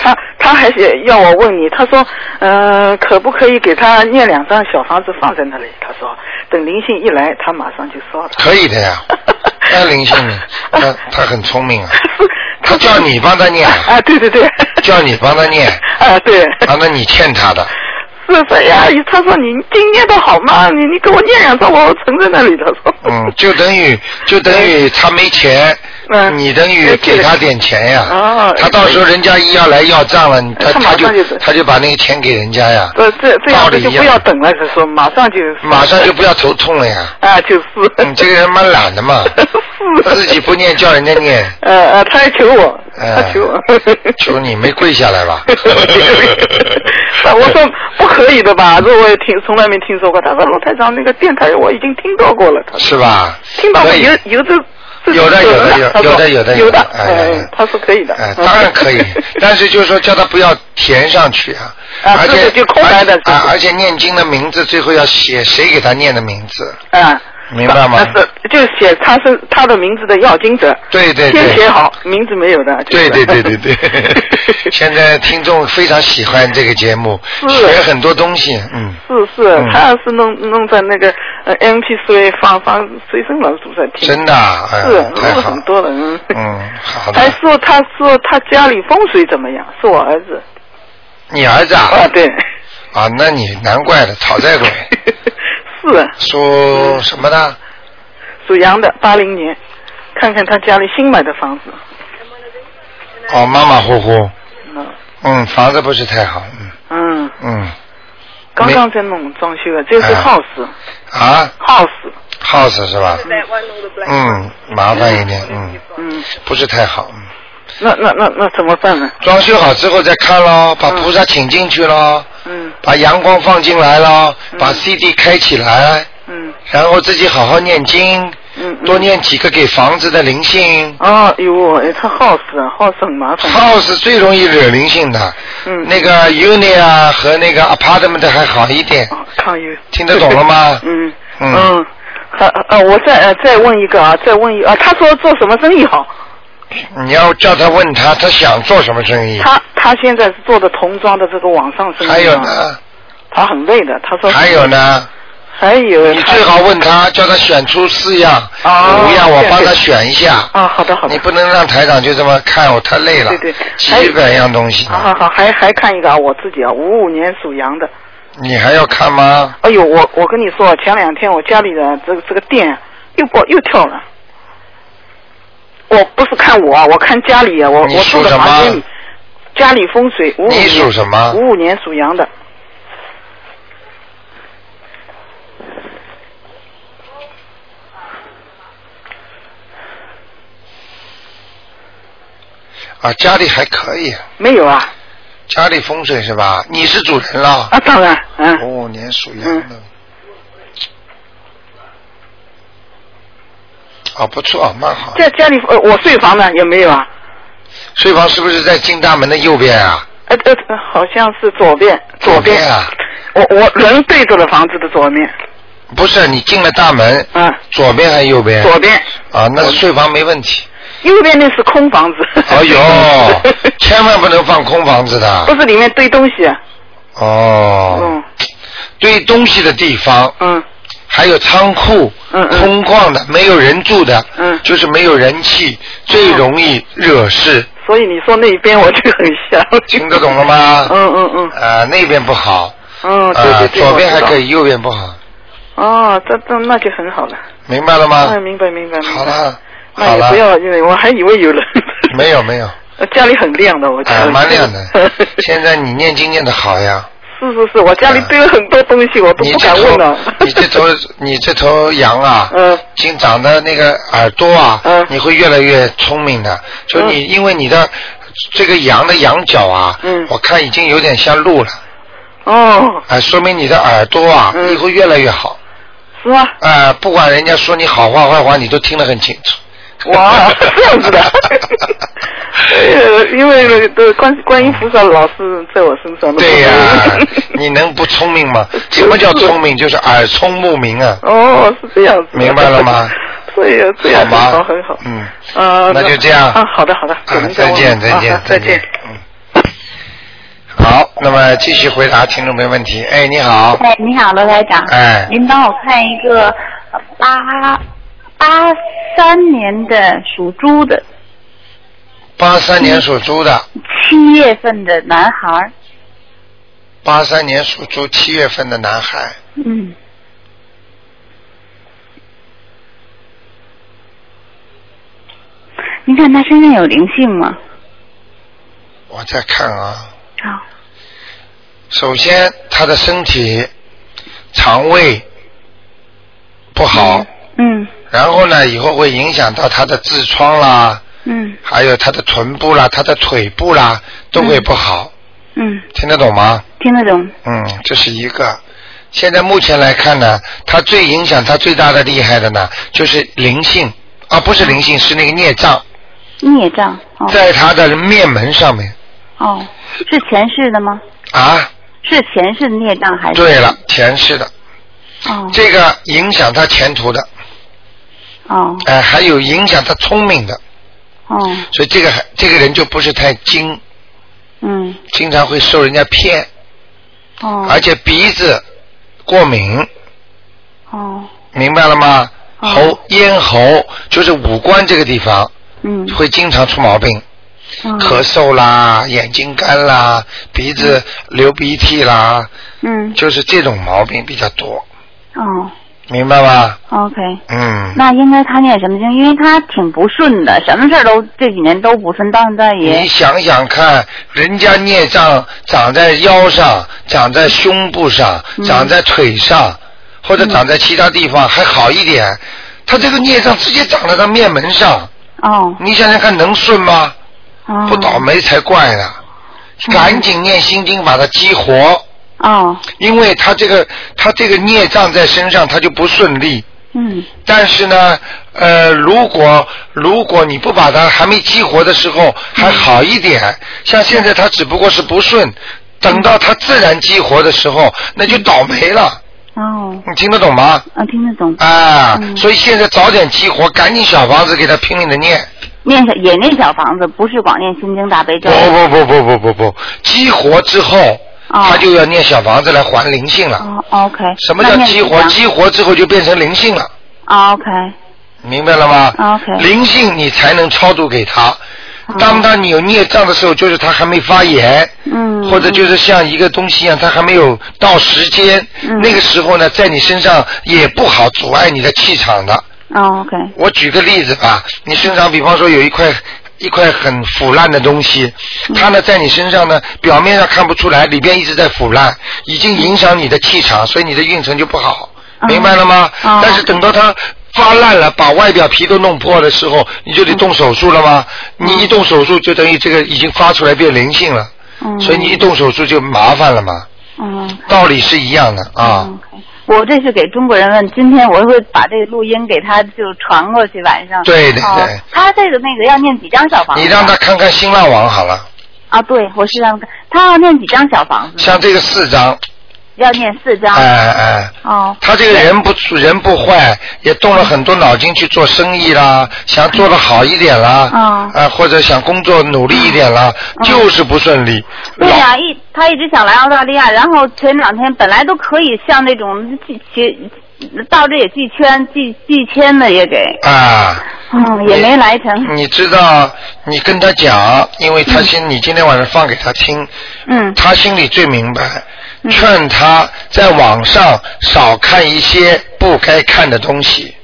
[SPEAKER 8] 他他还是要我问你，他说，呃，可不可以给他念两张小房子放在那里？他说，等灵性一来，他马上就烧了。
[SPEAKER 1] 可以的 呀，那灵性呢？他他很聪明啊，他叫你帮他念，
[SPEAKER 8] 啊，对对对。
[SPEAKER 1] 叫你帮他念，
[SPEAKER 8] 啊，对。
[SPEAKER 1] 啊，那你欠他的。
[SPEAKER 8] 是谁呀？他说 你经念的好
[SPEAKER 1] 啊
[SPEAKER 8] 吗？你你给我念两张，我存在那里。他说。
[SPEAKER 1] 嗯，就等于就等于他没钱，
[SPEAKER 8] 嗯
[SPEAKER 1] 你等于给他点钱呀。
[SPEAKER 8] 哦
[SPEAKER 1] 他到时候人家一要来要账了，你他
[SPEAKER 8] 他马
[SPEAKER 1] 他
[SPEAKER 8] 上
[SPEAKER 1] 就
[SPEAKER 8] 就
[SPEAKER 1] 他就把那个钱给人家呀，
[SPEAKER 8] 呃，这这
[SPEAKER 1] 道
[SPEAKER 8] 样
[SPEAKER 1] 理
[SPEAKER 8] 子
[SPEAKER 1] 一
[SPEAKER 8] 就不
[SPEAKER 1] 样
[SPEAKER 8] 要等了，他说马上就
[SPEAKER 1] 马上就不要头痛了呀。
[SPEAKER 8] 啊，就是。，
[SPEAKER 1] 你这个人蛮懒的嘛
[SPEAKER 8] 是
[SPEAKER 1] 自己不念叫人家念，
[SPEAKER 8] 呃呃，他还求我，
[SPEAKER 1] 哎
[SPEAKER 8] 他求我，
[SPEAKER 1] 求你没跪下来吧
[SPEAKER 8] 啊我说不可以的吧？这我也听从来没听说过。他说罗台长那个电台我已经听到过了，他说
[SPEAKER 1] 是吧？
[SPEAKER 8] 听到过
[SPEAKER 1] 可以
[SPEAKER 8] 有有这。这
[SPEAKER 1] 有的
[SPEAKER 8] 这
[SPEAKER 1] 有的
[SPEAKER 8] 这他
[SPEAKER 1] 有
[SPEAKER 8] 说
[SPEAKER 1] 有的有的
[SPEAKER 8] 有的，
[SPEAKER 1] 哎哎哎
[SPEAKER 8] 嗯，他说可以的
[SPEAKER 1] 哎，，
[SPEAKER 8] 嗯
[SPEAKER 1] 当然可以，但是就是说叫他不要填上去啊，
[SPEAKER 8] 啊
[SPEAKER 1] 而
[SPEAKER 8] 是
[SPEAKER 1] 且
[SPEAKER 8] 的就空白的
[SPEAKER 1] 而啊，而且念经的名字最后要写谁给他念的名字，
[SPEAKER 8] 啊，
[SPEAKER 1] 明白吗
[SPEAKER 8] 那是就是写他是他的名字的要经者，
[SPEAKER 1] 对对
[SPEAKER 8] 先
[SPEAKER 1] 对
[SPEAKER 8] 写，好名字没有的，就是
[SPEAKER 1] 对对对对对，现在听众非常喜欢这个节目，
[SPEAKER 8] 是
[SPEAKER 1] 学很多东西，嗯，
[SPEAKER 8] 是
[SPEAKER 1] 嗯
[SPEAKER 8] 是，他要是弄弄在那个呃 M P 3放放随身老鼠在听，
[SPEAKER 1] 真的啊，哎呀
[SPEAKER 8] 是
[SPEAKER 1] 太
[SPEAKER 8] 录了
[SPEAKER 1] 好
[SPEAKER 8] 很，多了，嗯。
[SPEAKER 1] 嗯，好
[SPEAKER 8] 还
[SPEAKER 1] 的，
[SPEAKER 8] 说他说他家里风水怎么样？是我儿子
[SPEAKER 1] 你儿子
[SPEAKER 8] 啊
[SPEAKER 1] 啊，，
[SPEAKER 8] 对，
[SPEAKER 1] 啊，那你难怪了，讨债鬼，
[SPEAKER 8] 是
[SPEAKER 1] 属什么的？
[SPEAKER 8] 属羊的，八零年，看看他家里新买的房子，
[SPEAKER 1] 哦，马马虎虎，
[SPEAKER 8] 嗯
[SPEAKER 1] 嗯，房子不是太好，嗯
[SPEAKER 8] 嗯，
[SPEAKER 1] 嗯，
[SPEAKER 8] 刚刚在弄装修的，这是
[SPEAKER 1] 哎
[SPEAKER 8] house
[SPEAKER 1] 啊
[SPEAKER 8] house，
[SPEAKER 1] ，house 是吧？嗯，麻烦一点，嗯，
[SPEAKER 8] 嗯，
[SPEAKER 1] 不是太好。嗯
[SPEAKER 8] 那那那那怎么办呢？
[SPEAKER 1] 装修好之后再看喽，把
[SPEAKER 8] 嗯
[SPEAKER 1] 菩萨请进去喽，
[SPEAKER 8] 嗯
[SPEAKER 1] 把阳光放进来喽，
[SPEAKER 8] 嗯
[SPEAKER 1] 把 CD 开起来，
[SPEAKER 8] 嗯
[SPEAKER 1] 然后自己好好念经，
[SPEAKER 8] 嗯，嗯
[SPEAKER 1] 多。念几个给房子的灵性。
[SPEAKER 8] 哦，哟，哎，他 house 啊，house 很麻烦。
[SPEAKER 1] house 最容易惹灵性的，
[SPEAKER 8] 嗯，
[SPEAKER 1] 那个 unit 啊和那个 apartment 还好一点，
[SPEAKER 8] 哦抗议。
[SPEAKER 1] 听得懂了吗？
[SPEAKER 8] 嗯
[SPEAKER 1] 嗯
[SPEAKER 8] 嗯，还呃，我再呃再问一个啊，再问一个啊，他说做什么生意好？
[SPEAKER 1] 你要叫他问他，他想做什么生意？
[SPEAKER 8] 他他现在是做的童装的这个网上生意
[SPEAKER 1] 嗯
[SPEAKER 8] 嘛
[SPEAKER 1] 还有呢，
[SPEAKER 8] 他很累的，他说
[SPEAKER 1] 还有呢，
[SPEAKER 8] 还有
[SPEAKER 1] 你
[SPEAKER 8] 他
[SPEAKER 1] 最好问他，叫他选出四样、
[SPEAKER 8] 哦
[SPEAKER 1] 五样，我
[SPEAKER 8] 对
[SPEAKER 1] 帮
[SPEAKER 8] 对
[SPEAKER 1] 他选一下。
[SPEAKER 8] 啊，好的好
[SPEAKER 1] 你
[SPEAKER 8] 的，
[SPEAKER 1] 不能让台长就这么看我，太累了。
[SPEAKER 8] 对对还有
[SPEAKER 1] 几百样东西呢
[SPEAKER 8] 好好好，还还看一个啊，我自己啊，五五年属羊的，
[SPEAKER 1] 你还要看吗？
[SPEAKER 8] 哎呦，我我跟你说，前两天我家里的这个这个电又爆又跳了。我不是看我啊，我看家里啊，我
[SPEAKER 1] 你
[SPEAKER 8] 我
[SPEAKER 1] 属
[SPEAKER 8] 住的
[SPEAKER 1] 什么
[SPEAKER 8] 房间里，家里风水五五
[SPEAKER 1] 你属
[SPEAKER 8] 年
[SPEAKER 1] 什么？
[SPEAKER 8] 五五年属羊的，
[SPEAKER 1] 啊，家里还可以，
[SPEAKER 8] 没有啊？
[SPEAKER 1] 家里风水是吧？你是主人了。
[SPEAKER 8] 啊，当然，嗯，
[SPEAKER 1] 哦，年属羊的。啊，不错，蛮好。
[SPEAKER 8] 在家里呃，我睡房呢也没有啊，
[SPEAKER 1] 睡房是不是在进大门的右边啊？
[SPEAKER 8] 呃呃，好像是左边，左边，
[SPEAKER 1] 啊？
[SPEAKER 8] 我我人对着了房子的左面，
[SPEAKER 1] 不是，你进了大门，
[SPEAKER 8] 嗯，
[SPEAKER 1] 左边还是右边？
[SPEAKER 8] 左边，
[SPEAKER 1] 啊，那睡房没问 题。
[SPEAKER 8] 右边那是空房子。
[SPEAKER 1] 哎呦， 千万不能放空房子的。
[SPEAKER 8] 不是里面堆东西啊，
[SPEAKER 1] 哦，
[SPEAKER 8] 嗯
[SPEAKER 1] 堆东西的地方，
[SPEAKER 8] 嗯
[SPEAKER 1] 还有仓库，
[SPEAKER 8] 嗯嗯
[SPEAKER 1] 空旷的，没有人住的，
[SPEAKER 8] 嗯
[SPEAKER 1] 就是没有人气，最容易惹事。
[SPEAKER 8] 所以你说那一边我就很像。
[SPEAKER 1] 听得懂了吗？
[SPEAKER 8] 嗯嗯嗯
[SPEAKER 1] 啊，那边不好，
[SPEAKER 8] 嗯，对
[SPEAKER 1] 啊
[SPEAKER 8] 对，对，
[SPEAKER 1] 左边还可
[SPEAKER 8] 以。
[SPEAKER 1] 以，右边不好，
[SPEAKER 8] 哦，这这那就很好了。
[SPEAKER 1] 明白了吗
[SPEAKER 8] 嗯，？明白明白明白。
[SPEAKER 1] 啊好，了，
[SPEAKER 8] 那
[SPEAKER 1] 好
[SPEAKER 8] 也不
[SPEAKER 1] 了，
[SPEAKER 8] 要，因为我还以为有人。
[SPEAKER 1] 没有没有，
[SPEAKER 8] 有。家里很亮的，我觉
[SPEAKER 1] 啊，
[SPEAKER 8] 得。。
[SPEAKER 1] 蛮亮的 现在你念经念的好呀，
[SPEAKER 8] 是是是，我家里堆了很多东西，我都
[SPEAKER 1] 啊你
[SPEAKER 8] 不
[SPEAKER 1] 这
[SPEAKER 8] 敢问了
[SPEAKER 1] 头。你这头你这头羊啊，
[SPEAKER 8] 嗯
[SPEAKER 1] 经长的那个耳朵啊，
[SPEAKER 8] 嗯
[SPEAKER 1] 你会越来越聪明的。就你、因为你的这个羊的羊角啊，
[SPEAKER 8] 嗯
[SPEAKER 1] 我看已经有点像鹿了，
[SPEAKER 8] 哦，
[SPEAKER 1] 啊，说明你的耳朵啊、
[SPEAKER 8] 嗯
[SPEAKER 1] 以后越来越好。
[SPEAKER 8] 是吗？
[SPEAKER 1] 啊、不管人家说你好话坏话，你都听得很清楚。
[SPEAKER 8] 哇，这 样子的。呃，因为呃，观观音菩萨老是在我身 上的。
[SPEAKER 1] 对呀、你能不聪明 吗？什么叫聪明？就是耳聪目明啊，
[SPEAKER 8] 哦，是这样子。
[SPEAKER 1] 明白了吗？
[SPEAKER 8] 对呀，这
[SPEAKER 1] 好
[SPEAKER 8] 样很
[SPEAKER 1] 吗？
[SPEAKER 8] 好，很好。
[SPEAKER 1] 嗯，
[SPEAKER 8] 呃，
[SPEAKER 1] 那就这样
[SPEAKER 8] 啊，好的，好的，我
[SPEAKER 1] 啊
[SPEAKER 8] 们，
[SPEAKER 1] 再见，
[SPEAKER 8] 问
[SPEAKER 1] 再见
[SPEAKER 8] 啊，再见。。
[SPEAKER 1] 嗯。好，那么继续回答听众朋友问题。哎，你好，
[SPEAKER 5] 哎，你好，罗台长。
[SPEAKER 1] 哎
[SPEAKER 5] 您帮我看一个呃八八三年的属猪的
[SPEAKER 1] 八三年属猪的，
[SPEAKER 5] 七月份的男孩儿。
[SPEAKER 1] 八三年属猪七月份的男孩，
[SPEAKER 5] 嗯，您看他身上有灵性吗？
[SPEAKER 1] 我再看啊。
[SPEAKER 5] 啊、
[SPEAKER 1] 首先，他的身体、肠胃不好，
[SPEAKER 5] 嗯
[SPEAKER 1] 然后呢，以后会影响到他的痔疮啦，
[SPEAKER 5] 嗯
[SPEAKER 1] 还有他的臀部啦、他的腿部啦，都会不好。
[SPEAKER 5] 嗯，
[SPEAKER 1] 听得懂吗？
[SPEAKER 5] 听得懂。
[SPEAKER 1] 嗯，这是一个。现在目前来看呢，它最影响它最大的厉害的呢，就是灵性啊，不是灵性，是那个孽障，
[SPEAKER 5] 孽障哦
[SPEAKER 1] 在它的面门上面
[SPEAKER 5] 哦，是前世的吗？
[SPEAKER 1] 啊。
[SPEAKER 5] 是前世的孽障还是？
[SPEAKER 1] 对了，前世的
[SPEAKER 5] 哦
[SPEAKER 1] 这个影响他前途的，
[SPEAKER 5] 哦
[SPEAKER 1] 哎、还有影响他聪明的，
[SPEAKER 5] 哦
[SPEAKER 1] 所以这个还这个人就不是太精，
[SPEAKER 5] 嗯
[SPEAKER 1] 经常会受人家骗，
[SPEAKER 5] 哦
[SPEAKER 1] 而且鼻子过敏，
[SPEAKER 5] 哦
[SPEAKER 1] 明白了吗？
[SPEAKER 5] 哦
[SPEAKER 1] 喉咽喉就是五官这个地方
[SPEAKER 5] 嗯
[SPEAKER 1] 会经常出毛病。
[SPEAKER 5] 嗯
[SPEAKER 1] 咳嗽啦，眼睛干啦，鼻子流鼻涕啦，
[SPEAKER 5] 嗯
[SPEAKER 1] 就是这种毛病比较多，
[SPEAKER 5] 哦
[SPEAKER 1] 明白吧？
[SPEAKER 5] OK，
[SPEAKER 1] 嗯，
[SPEAKER 5] 那应该他念什么经？因为他挺不顺的，什么事儿都这几年都不顺，到现在也
[SPEAKER 1] 你想想看，人家孽障长在腰上，长在胸部上，
[SPEAKER 5] 嗯
[SPEAKER 1] 长在腿上，或者长在其他地方还好一点，他这个孽障直接长在他面门上，
[SPEAKER 5] 哦
[SPEAKER 1] 你想想看能顺吗？
[SPEAKER 5] 哦
[SPEAKER 1] 不倒霉才怪呢！
[SPEAKER 5] 嗯
[SPEAKER 1] 赶紧念心经把它激活。
[SPEAKER 5] 哦
[SPEAKER 1] 因为他这个他这个孽障在身上，他就不顺利。
[SPEAKER 5] 嗯
[SPEAKER 1] 但是呢，呃，如果如果你不把它还没激活的时
[SPEAKER 5] 嗯
[SPEAKER 1] 候还好一点，像现在他只不过是不顺，等到他自然激活的时候，那就倒霉了。
[SPEAKER 5] 哦
[SPEAKER 1] 你听得懂吗？
[SPEAKER 5] 啊听得懂，
[SPEAKER 1] 啊，
[SPEAKER 5] 嗯
[SPEAKER 1] 所以现在早点激活，赶紧小房子给他拼命的念。
[SPEAKER 5] 念小也念小房子，不是光念心经大悲咒
[SPEAKER 1] 不。不不不不不不，激活之后，
[SPEAKER 5] 哦
[SPEAKER 1] 他就要念小房子来还灵性了。
[SPEAKER 5] 哦 OK，
[SPEAKER 1] 什么叫
[SPEAKER 5] 那念
[SPEAKER 1] 激
[SPEAKER 5] 几
[SPEAKER 1] 活？
[SPEAKER 5] 张
[SPEAKER 1] 激活之后就变成灵性了。
[SPEAKER 5] 哦 OK
[SPEAKER 1] 明白了吗
[SPEAKER 5] 哦 OK
[SPEAKER 1] 灵性你才能超度给他。
[SPEAKER 5] 哦
[SPEAKER 1] 当他你有孽障的时候，就是他还没发炎，
[SPEAKER 5] 嗯
[SPEAKER 1] 或者就是像一个东西一样，他还没有到时间。
[SPEAKER 5] 嗯
[SPEAKER 1] 那个时候呢，在你身上也不好阻碍你的气场的。
[SPEAKER 5] 哦 OK
[SPEAKER 1] 我举个例子吧，你身上比方说有一块一块很腐烂的东西，它呢在你身上呢表面上看不出来，里边一直在腐烂，已经影响你的气场，所以你的运程就不好，
[SPEAKER 5] 嗯
[SPEAKER 1] 明白了吗？
[SPEAKER 5] 哦
[SPEAKER 1] 但是等到它发烂了，把外表皮都弄破的时候，你就得动手术了吗？你一动手术就等于这个已经发出来变灵性了，
[SPEAKER 5] 嗯，
[SPEAKER 1] 所以你一动手术就麻烦了嘛，
[SPEAKER 5] 嗯，
[SPEAKER 1] 道理是一样的啊。
[SPEAKER 5] 我这是给中国人问，今天我会把这个录音给他就传过去，晚上。
[SPEAKER 1] 对对
[SPEAKER 5] 哦
[SPEAKER 1] 对
[SPEAKER 5] 他这个那个要念几张小房子？
[SPEAKER 1] 你让他看看新浪网好了，
[SPEAKER 5] 啊，对，我是让他看，他要念几张小房子？
[SPEAKER 1] 像这个四张，
[SPEAKER 5] 要念四张。
[SPEAKER 1] 哎哎。
[SPEAKER 5] 哦。
[SPEAKER 1] 他这个人不人不坏，也动了很多脑筋去做生意啦，想做的好一点啦，
[SPEAKER 5] 嗯
[SPEAKER 1] 啊、或者想工作努力一点啦，就是不顺利。
[SPEAKER 5] 嗯对呀、一他一直想来澳大利亚，然后前两天本来都可以像那种寄寄到这也寄签寄寄签的也给，
[SPEAKER 1] 啊，
[SPEAKER 5] 嗯，也没来成。
[SPEAKER 1] 你知道，你跟他讲，因为他心，你今天晚上放给他听，
[SPEAKER 5] 嗯，
[SPEAKER 1] 他心里最明白。劝他在网上少看一些不该看的东西，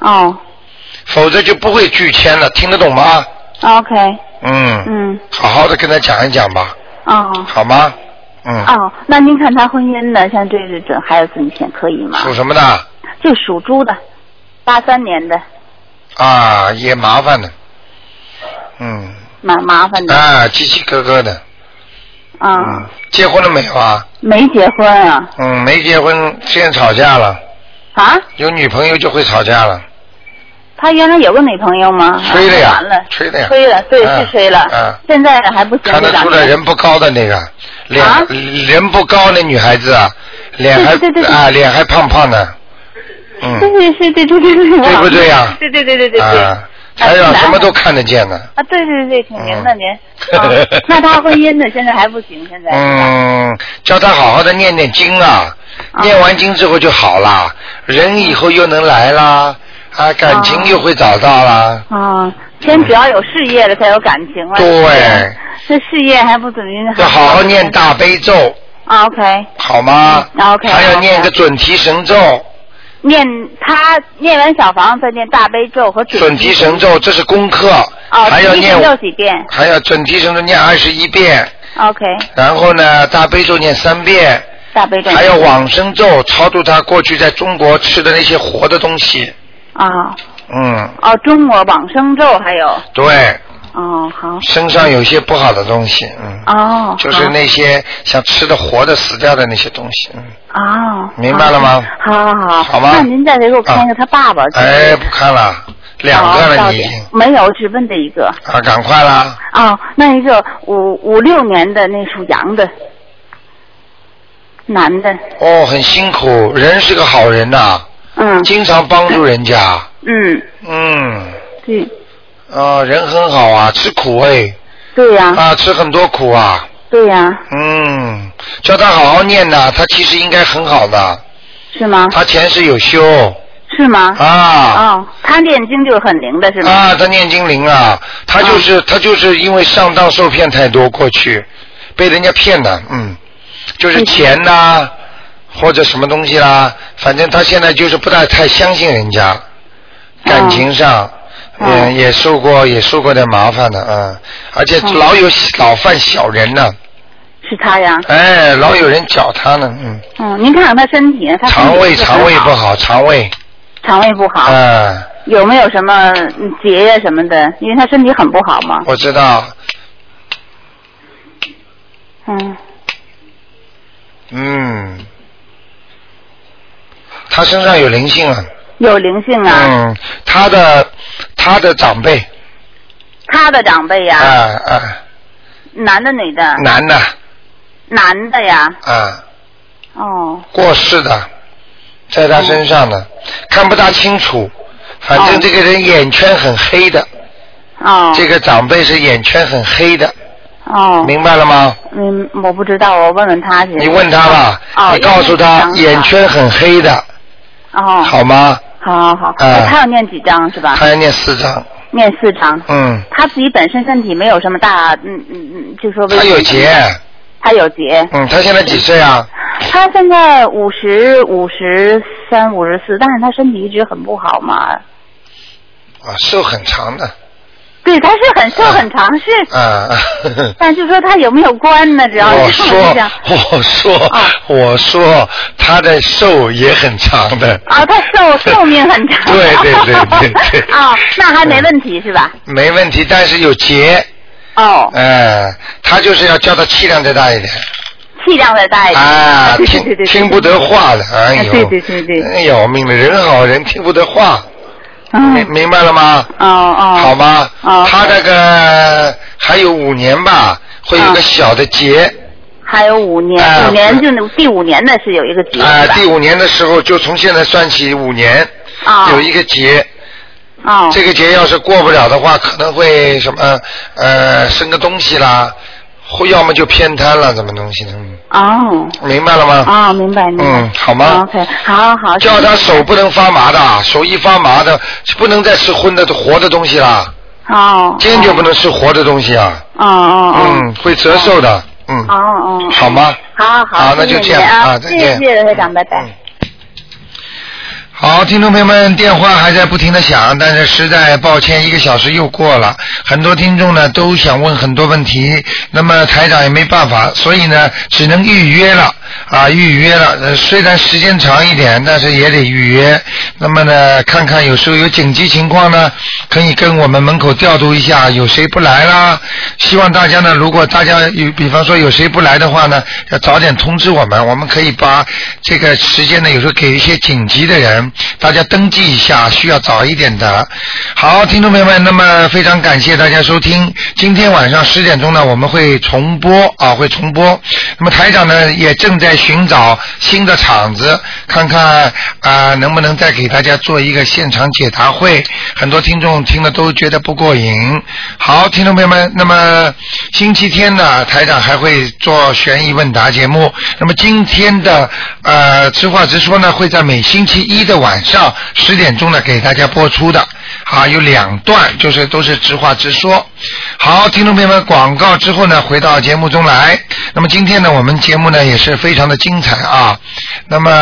[SPEAKER 5] 哦
[SPEAKER 1] 否则就不会拒签了。听得懂吗？
[SPEAKER 5] ，OK，
[SPEAKER 1] 嗯，
[SPEAKER 5] 嗯，
[SPEAKER 1] 好好的跟他讲一讲吧，
[SPEAKER 5] 哦
[SPEAKER 1] 好吗？嗯，
[SPEAKER 5] 哦，那您看他婚姻呢？像这个准还有准钱可以吗？
[SPEAKER 1] 属什么的？
[SPEAKER 5] 就属猪的，八三年的，
[SPEAKER 1] 啊，也麻烦的，嗯，
[SPEAKER 5] 蛮麻烦的
[SPEAKER 1] 啊，奇奇哥哥的，嗯
[SPEAKER 5] 啊、
[SPEAKER 1] 结婚了没有啊？
[SPEAKER 5] 没结婚啊
[SPEAKER 1] 嗯，没结婚，现在吵架了，
[SPEAKER 5] 啊！
[SPEAKER 1] 有女朋友就会吵架了，
[SPEAKER 5] 他原来有个女朋友吗？
[SPEAKER 1] 吹了呀
[SPEAKER 5] 完了，，
[SPEAKER 1] 吹了呀，
[SPEAKER 5] 吹了，对，
[SPEAKER 1] 嗯
[SPEAKER 5] 是吹了，
[SPEAKER 1] 嗯
[SPEAKER 5] 现在还不行，
[SPEAKER 1] 看得
[SPEAKER 5] 这两
[SPEAKER 1] 出来
[SPEAKER 5] 年
[SPEAKER 1] 人不高的那个，脸、
[SPEAKER 5] 啊
[SPEAKER 1] 人不高那女孩子啊，脸还
[SPEAKER 5] 对对对对
[SPEAKER 1] 啊脸还胖胖的，嗯，
[SPEAKER 5] 对对对对对对对，
[SPEAKER 1] 对不对呀
[SPEAKER 5] 对对对对对对。
[SPEAKER 1] 啊，台长什么都看得见的，
[SPEAKER 5] 啊，对对对，挺明白您。
[SPEAKER 1] 嗯
[SPEAKER 5] 啊，那他婚姻呢？现在还不行，现在。
[SPEAKER 1] 嗯，叫他好好的念念经啊，
[SPEAKER 5] 哦
[SPEAKER 1] 念完经之后就好啦，人以后又能来啦，啊，感情又会找到啦，
[SPEAKER 5] 啊，先只要有事业了，才有感情了。
[SPEAKER 1] 对，
[SPEAKER 5] 这事业还不怎么。
[SPEAKER 1] 要好好念大悲咒，
[SPEAKER 5] 啊，OK，
[SPEAKER 1] 好吗？
[SPEAKER 5] 那嗯 OK。
[SPEAKER 1] 还要念个。准提神咒，
[SPEAKER 5] 念他念完小房，再念大悲咒和
[SPEAKER 1] 准提神。咒这是功课，
[SPEAKER 5] 哦，
[SPEAKER 1] 还要
[SPEAKER 5] 准提神咒
[SPEAKER 1] 念，
[SPEAKER 5] 几遍
[SPEAKER 1] 还要准提神咒念二十一遍，
[SPEAKER 5] ？OK，
[SPEAKER 1] 然后呢，大悲咒念三遍，
[SPEAKER 5] 大悲咒。
[SPEAKER 1] 还有往生咒，超度他过去在中国吃的那些活的东西，
[SPEAKER 5] 啊
[SPEAKER 1] 嗯，
[SPEAKER 5] 哦，中国往生咒还有
[SPEAKER 1] 对。
[SPEAKER 5] 哦，好
[SPEAKER 1] 身上有些不好的东西，嗯，
[SPEAKER 5] 哦，
[SPEAKER 1] 就是那些想吃的、活的、死掉的那些东西，嗯，
[SPEAKER 5] 哦，
[SPEAKER 1] 明白了吗？
[SPEAKER 5] 好好好，
[SPEAKER 1] 好吗
[SPEAKER 5] 哦那您再给我看一个他爸爸。就是
[SPEAKER 1] 哎，不看了，两个了你已经
[SPEAKER 5] 哦到底没有，只问这一个。
[SPEAKER 1] 啊，赶快啦，
[SPEAKER 5] 哦，那一个五五六年的那属羊的男的，
[SPEAKER 1] 哦，很辛苦，人是个好人呐、
[SPEAKER 5] 嗯
[SPEAKER 1] 经常帮助人家，
[SPEAKER 5] 嗯，
[SPEAKER 1] 嗯，
[SPEAKER 5] 对
[SPEAKER 1] 啊，人很好啊，吃苦哎，
[SPEAKER 5] 对呀、
[SPEAKER 1] 啊，吃很多苦啊，
[SPEAKER 5] 对呀、
[SPEAKER 1] 嗯，叫他好好念呐、他其实应该很好的，
[SPEAKER 5] 是吗？
[SPEAKER 1] 他前世有修
[SPEAKER 5] 是吗？
[SPEAKER 1] 啊
[SPEAKER 5] 哦，他念经就是很灵的是吗？
[SPEAKER 1] 啊，他念经灵啊，他就是、他就是因为上当受骗太多，过去被人家骗的，嗯，就是钱呐、或者什么东西啦、反正他现在就是不大太相信人家，感情上。嗯，也受过也受过点麻烦的，嗯，而且老有老犯小人呢，
[SPEAKER 5] 是他呀。
[SPEAKER 1] 哎，老有人搅他呢，嗯，
[SPEAKER 5] 嗯，您看看他身体，他身体
[SPEAKER 1] 肠胃
[SPEAKER 5] 是很
[SPEAKER 1] 肠胃不，好，肠胃，
[SPEAKER 5] 肠胃不好，
[SPEAKER 1] 嗯，
[SPEAKER 5] 有没有什么嗯结呀什么的？因为他身体很不好嘛。
[SPEAKER 1] 我知道，
[SPEAKER 5] 嗯，
[SPEAKER 1] 嗯，他身上有灵性啊。
[SPEAKER 5] 有灵性啊。
[SPEAKER 1] 嗯，他的他的长辈，
[SPEAKER 5] 他的长辈
[SPEAKER 1] 啊
[SPEAKER 5] 呀，
[SPEAKER 1] 啊，
[SPEAKER 5] 男的女的？
[SPEAKER 1] 男的
[SPEAKER 5] 男的呀。
[SPEAKER 1] 啊，
[SPEAKER 5] 哦，
[SPEAKER 1] 过世的，在他身上的，看不大清楚。反正
[SPEAKER 5] 哦
[SPEAKER 1] 这个人眼圈很黑的，
[SPEAKER 5] 哦，
[SPEAKER 1] 这个长辈是眼圈很黑的，
[SPEAKER 5] 哦，
[SPEAKER 1] 明白了吗？
[SPEAKER 5] 嗯，我不知道，我问问他去。
[SPEAKER 1] 你问他吧，
[SPEAKER 5] 哦，
[SPEAKER 1] 你嗯告诉他眼。圈很黑的，
[SPEAKER 5] 哦，
[SPEAKER 1] 好吗？
[SPEAKER 5] 好好好，
[SPEAKER 1] 哎
[SPEAKER 5] 他要念几张是吧？
[SPEAKER 1] 他要念四张，
[SPEAKER 5] 念四张。
[SPEAKER 1] 嗯，
[SPEAKER 5] 他自己本身身体没有什么大，嗯嗯嗯，就说
[SPEAKER 1] 他有结，，
[SPEAKER 5] 他有结，
[SPEAKER 1] 嗯，他现在几岁啊？
[SPEAKER 5] 他现在五十五十三五十四，但是他身体一直很不好嘛。
[SPEAKER 1] 哦啊，寿很长的，
[SPEAKER 5] 对，他是很瘦很长，是，
[SPEAKER 1] 啊，
[SPEAKER 5] 但就说他有没有关呢？只要
[SPEAKER 1] 我
[SPEAKER 5] 是这样
[SPEAKER 1] 说，我说，
[SPEAKER 5] 啊
[SPEAKER 1] 我说，他的寿也很长的，
[SPEAKER 5] 啊，他 寿寿命很长。
[SPEAKER 1] 对对对 对对
[SPEAKER 5] 啊，那还没问题是吧？
[SPEAKER 1] 没问题，但是有结，
[SPEAKER 5] 哦，
[SPEAKER 1] 哎，他就是要叫他气量再大一点，
[SPEAKER 5] 气量再大一点。
[SPEAKER 1] 啊，
[SPEAKER 5] 哎对
[SPEAKER 1] 听
[SPEAKER 5] 对对对，
[SPEAKER 1] 听不得话的，哎
[SPEAKER 5] 啊
[SPEAKER 1] 呦，
[SPEAKER 5] 对对对对，
[SPEAKER 1] 哎呦，命了，人好人听不得话，
[SPEAKER 5] 嗯，
[SPEAKER 1] 明明白了吗？
[SPEAKER 5] 哦哦，
[SPEAKER 1] 好吗？
[SPEAKER 5] 哦
[SPEAKER 1] 他那个还有五年吧，会有个
[SPEAKER 5] 啊
[SPEAKER 1] 小的结，
[SPEAKER 5] 还有五年，
[SPEAKER 1] 啊
[SPEAKER 5] 五年就能第五年呢是有一个节
[SPEAKER 1] 啊、
[SPEAKER 5] 是吧
[SPEAKER 1] 第五年的时候就从现在算起五年，
[SPEAKER 5] 啊
[SPEAKER 1] 有一个节，
[SPEAKER 5] 哦
[SPEAKER 1] 这个节要是过不了的话，可能会什么呃生个东西啦，或要么就偏瘫了，什么东西的，嗯
[SPEAKER 5] 哦
[SPEAKER 1] 明白了吗？
[SPEAKER 5] 哦，明白明白
[SPEAKER 1] 嗯，。好吗？
[SPEAKER 5] OK，好好。
[SPEAKER 1] 叫他
[SPEAKER 5] 谢谢
[SPEAKER 1] 手不能发麻的，手一发麻的，不能再吃荤的活的东西啦，
[SPEAKER 5] 哦，
[SPEAKER 1] 坚决不能吃活的东西啊，
[SPEAKER 5] 哦哦哦，
[SPEAKER 1] 嗯，会折寿的，嗯，
[SPEAKER 5] 哦哦，
[SPEAKER 1] 好吗？
[SPEAKER 5] 好好，
[SPEAKER 1] 好那就
[SPEAKER 5] 谢谢
[SPEAKER 1] 这样
[SPEAKER 5] 您
[SPEAKER 1] 啊
[SPEAKER 5] 啊，
[SPEAKER 1] 再
[SPEAKER 5] 谢
[SPEAKER 1] 见
[SPEAKER 5] 谢谢谢台长，拜拜。
[SPEAKER 1] 好，听众朋友们，电话还在不停的响，但是实在抱歉，一个小时又过了。很多听众呢都想问很多问题，那么台长也没办法，所以呢只能预约了啊，预约了。呃虽然时间长一点，但是也得预约。那么呢，看看有时候有紧急情况呢，可以跟我们门口调度一下，有谁不来啦？希望大家呢，如果大家有，比方说有谁不来的话呢，要早点通知我们，我们可以把这个时间呢，有时候给一些紧急的人，大家登记一下，需要早一点的。好，听众朋友们，那么非常感谢大家收听，今天晚上十点钟呢，我们会重播啊，会重播。那么台长呢，也正在寻找新的场子，看看啊、能不能再给大家做一个现场解答会。很多听众听了都觉得不过瘾。好，听众朋友们，那么星期天呢，台长还会做悬疑问答节目。那么今天的呃直话直说呢，会在每星期一的晚上十点钟呢给大家播出的。啊，有两段，就是都是直话直说。好，听众朋友们，广告之后呢，回到节目中来。那么今天呢，我们节目呢也是非常的精彩啊。那么。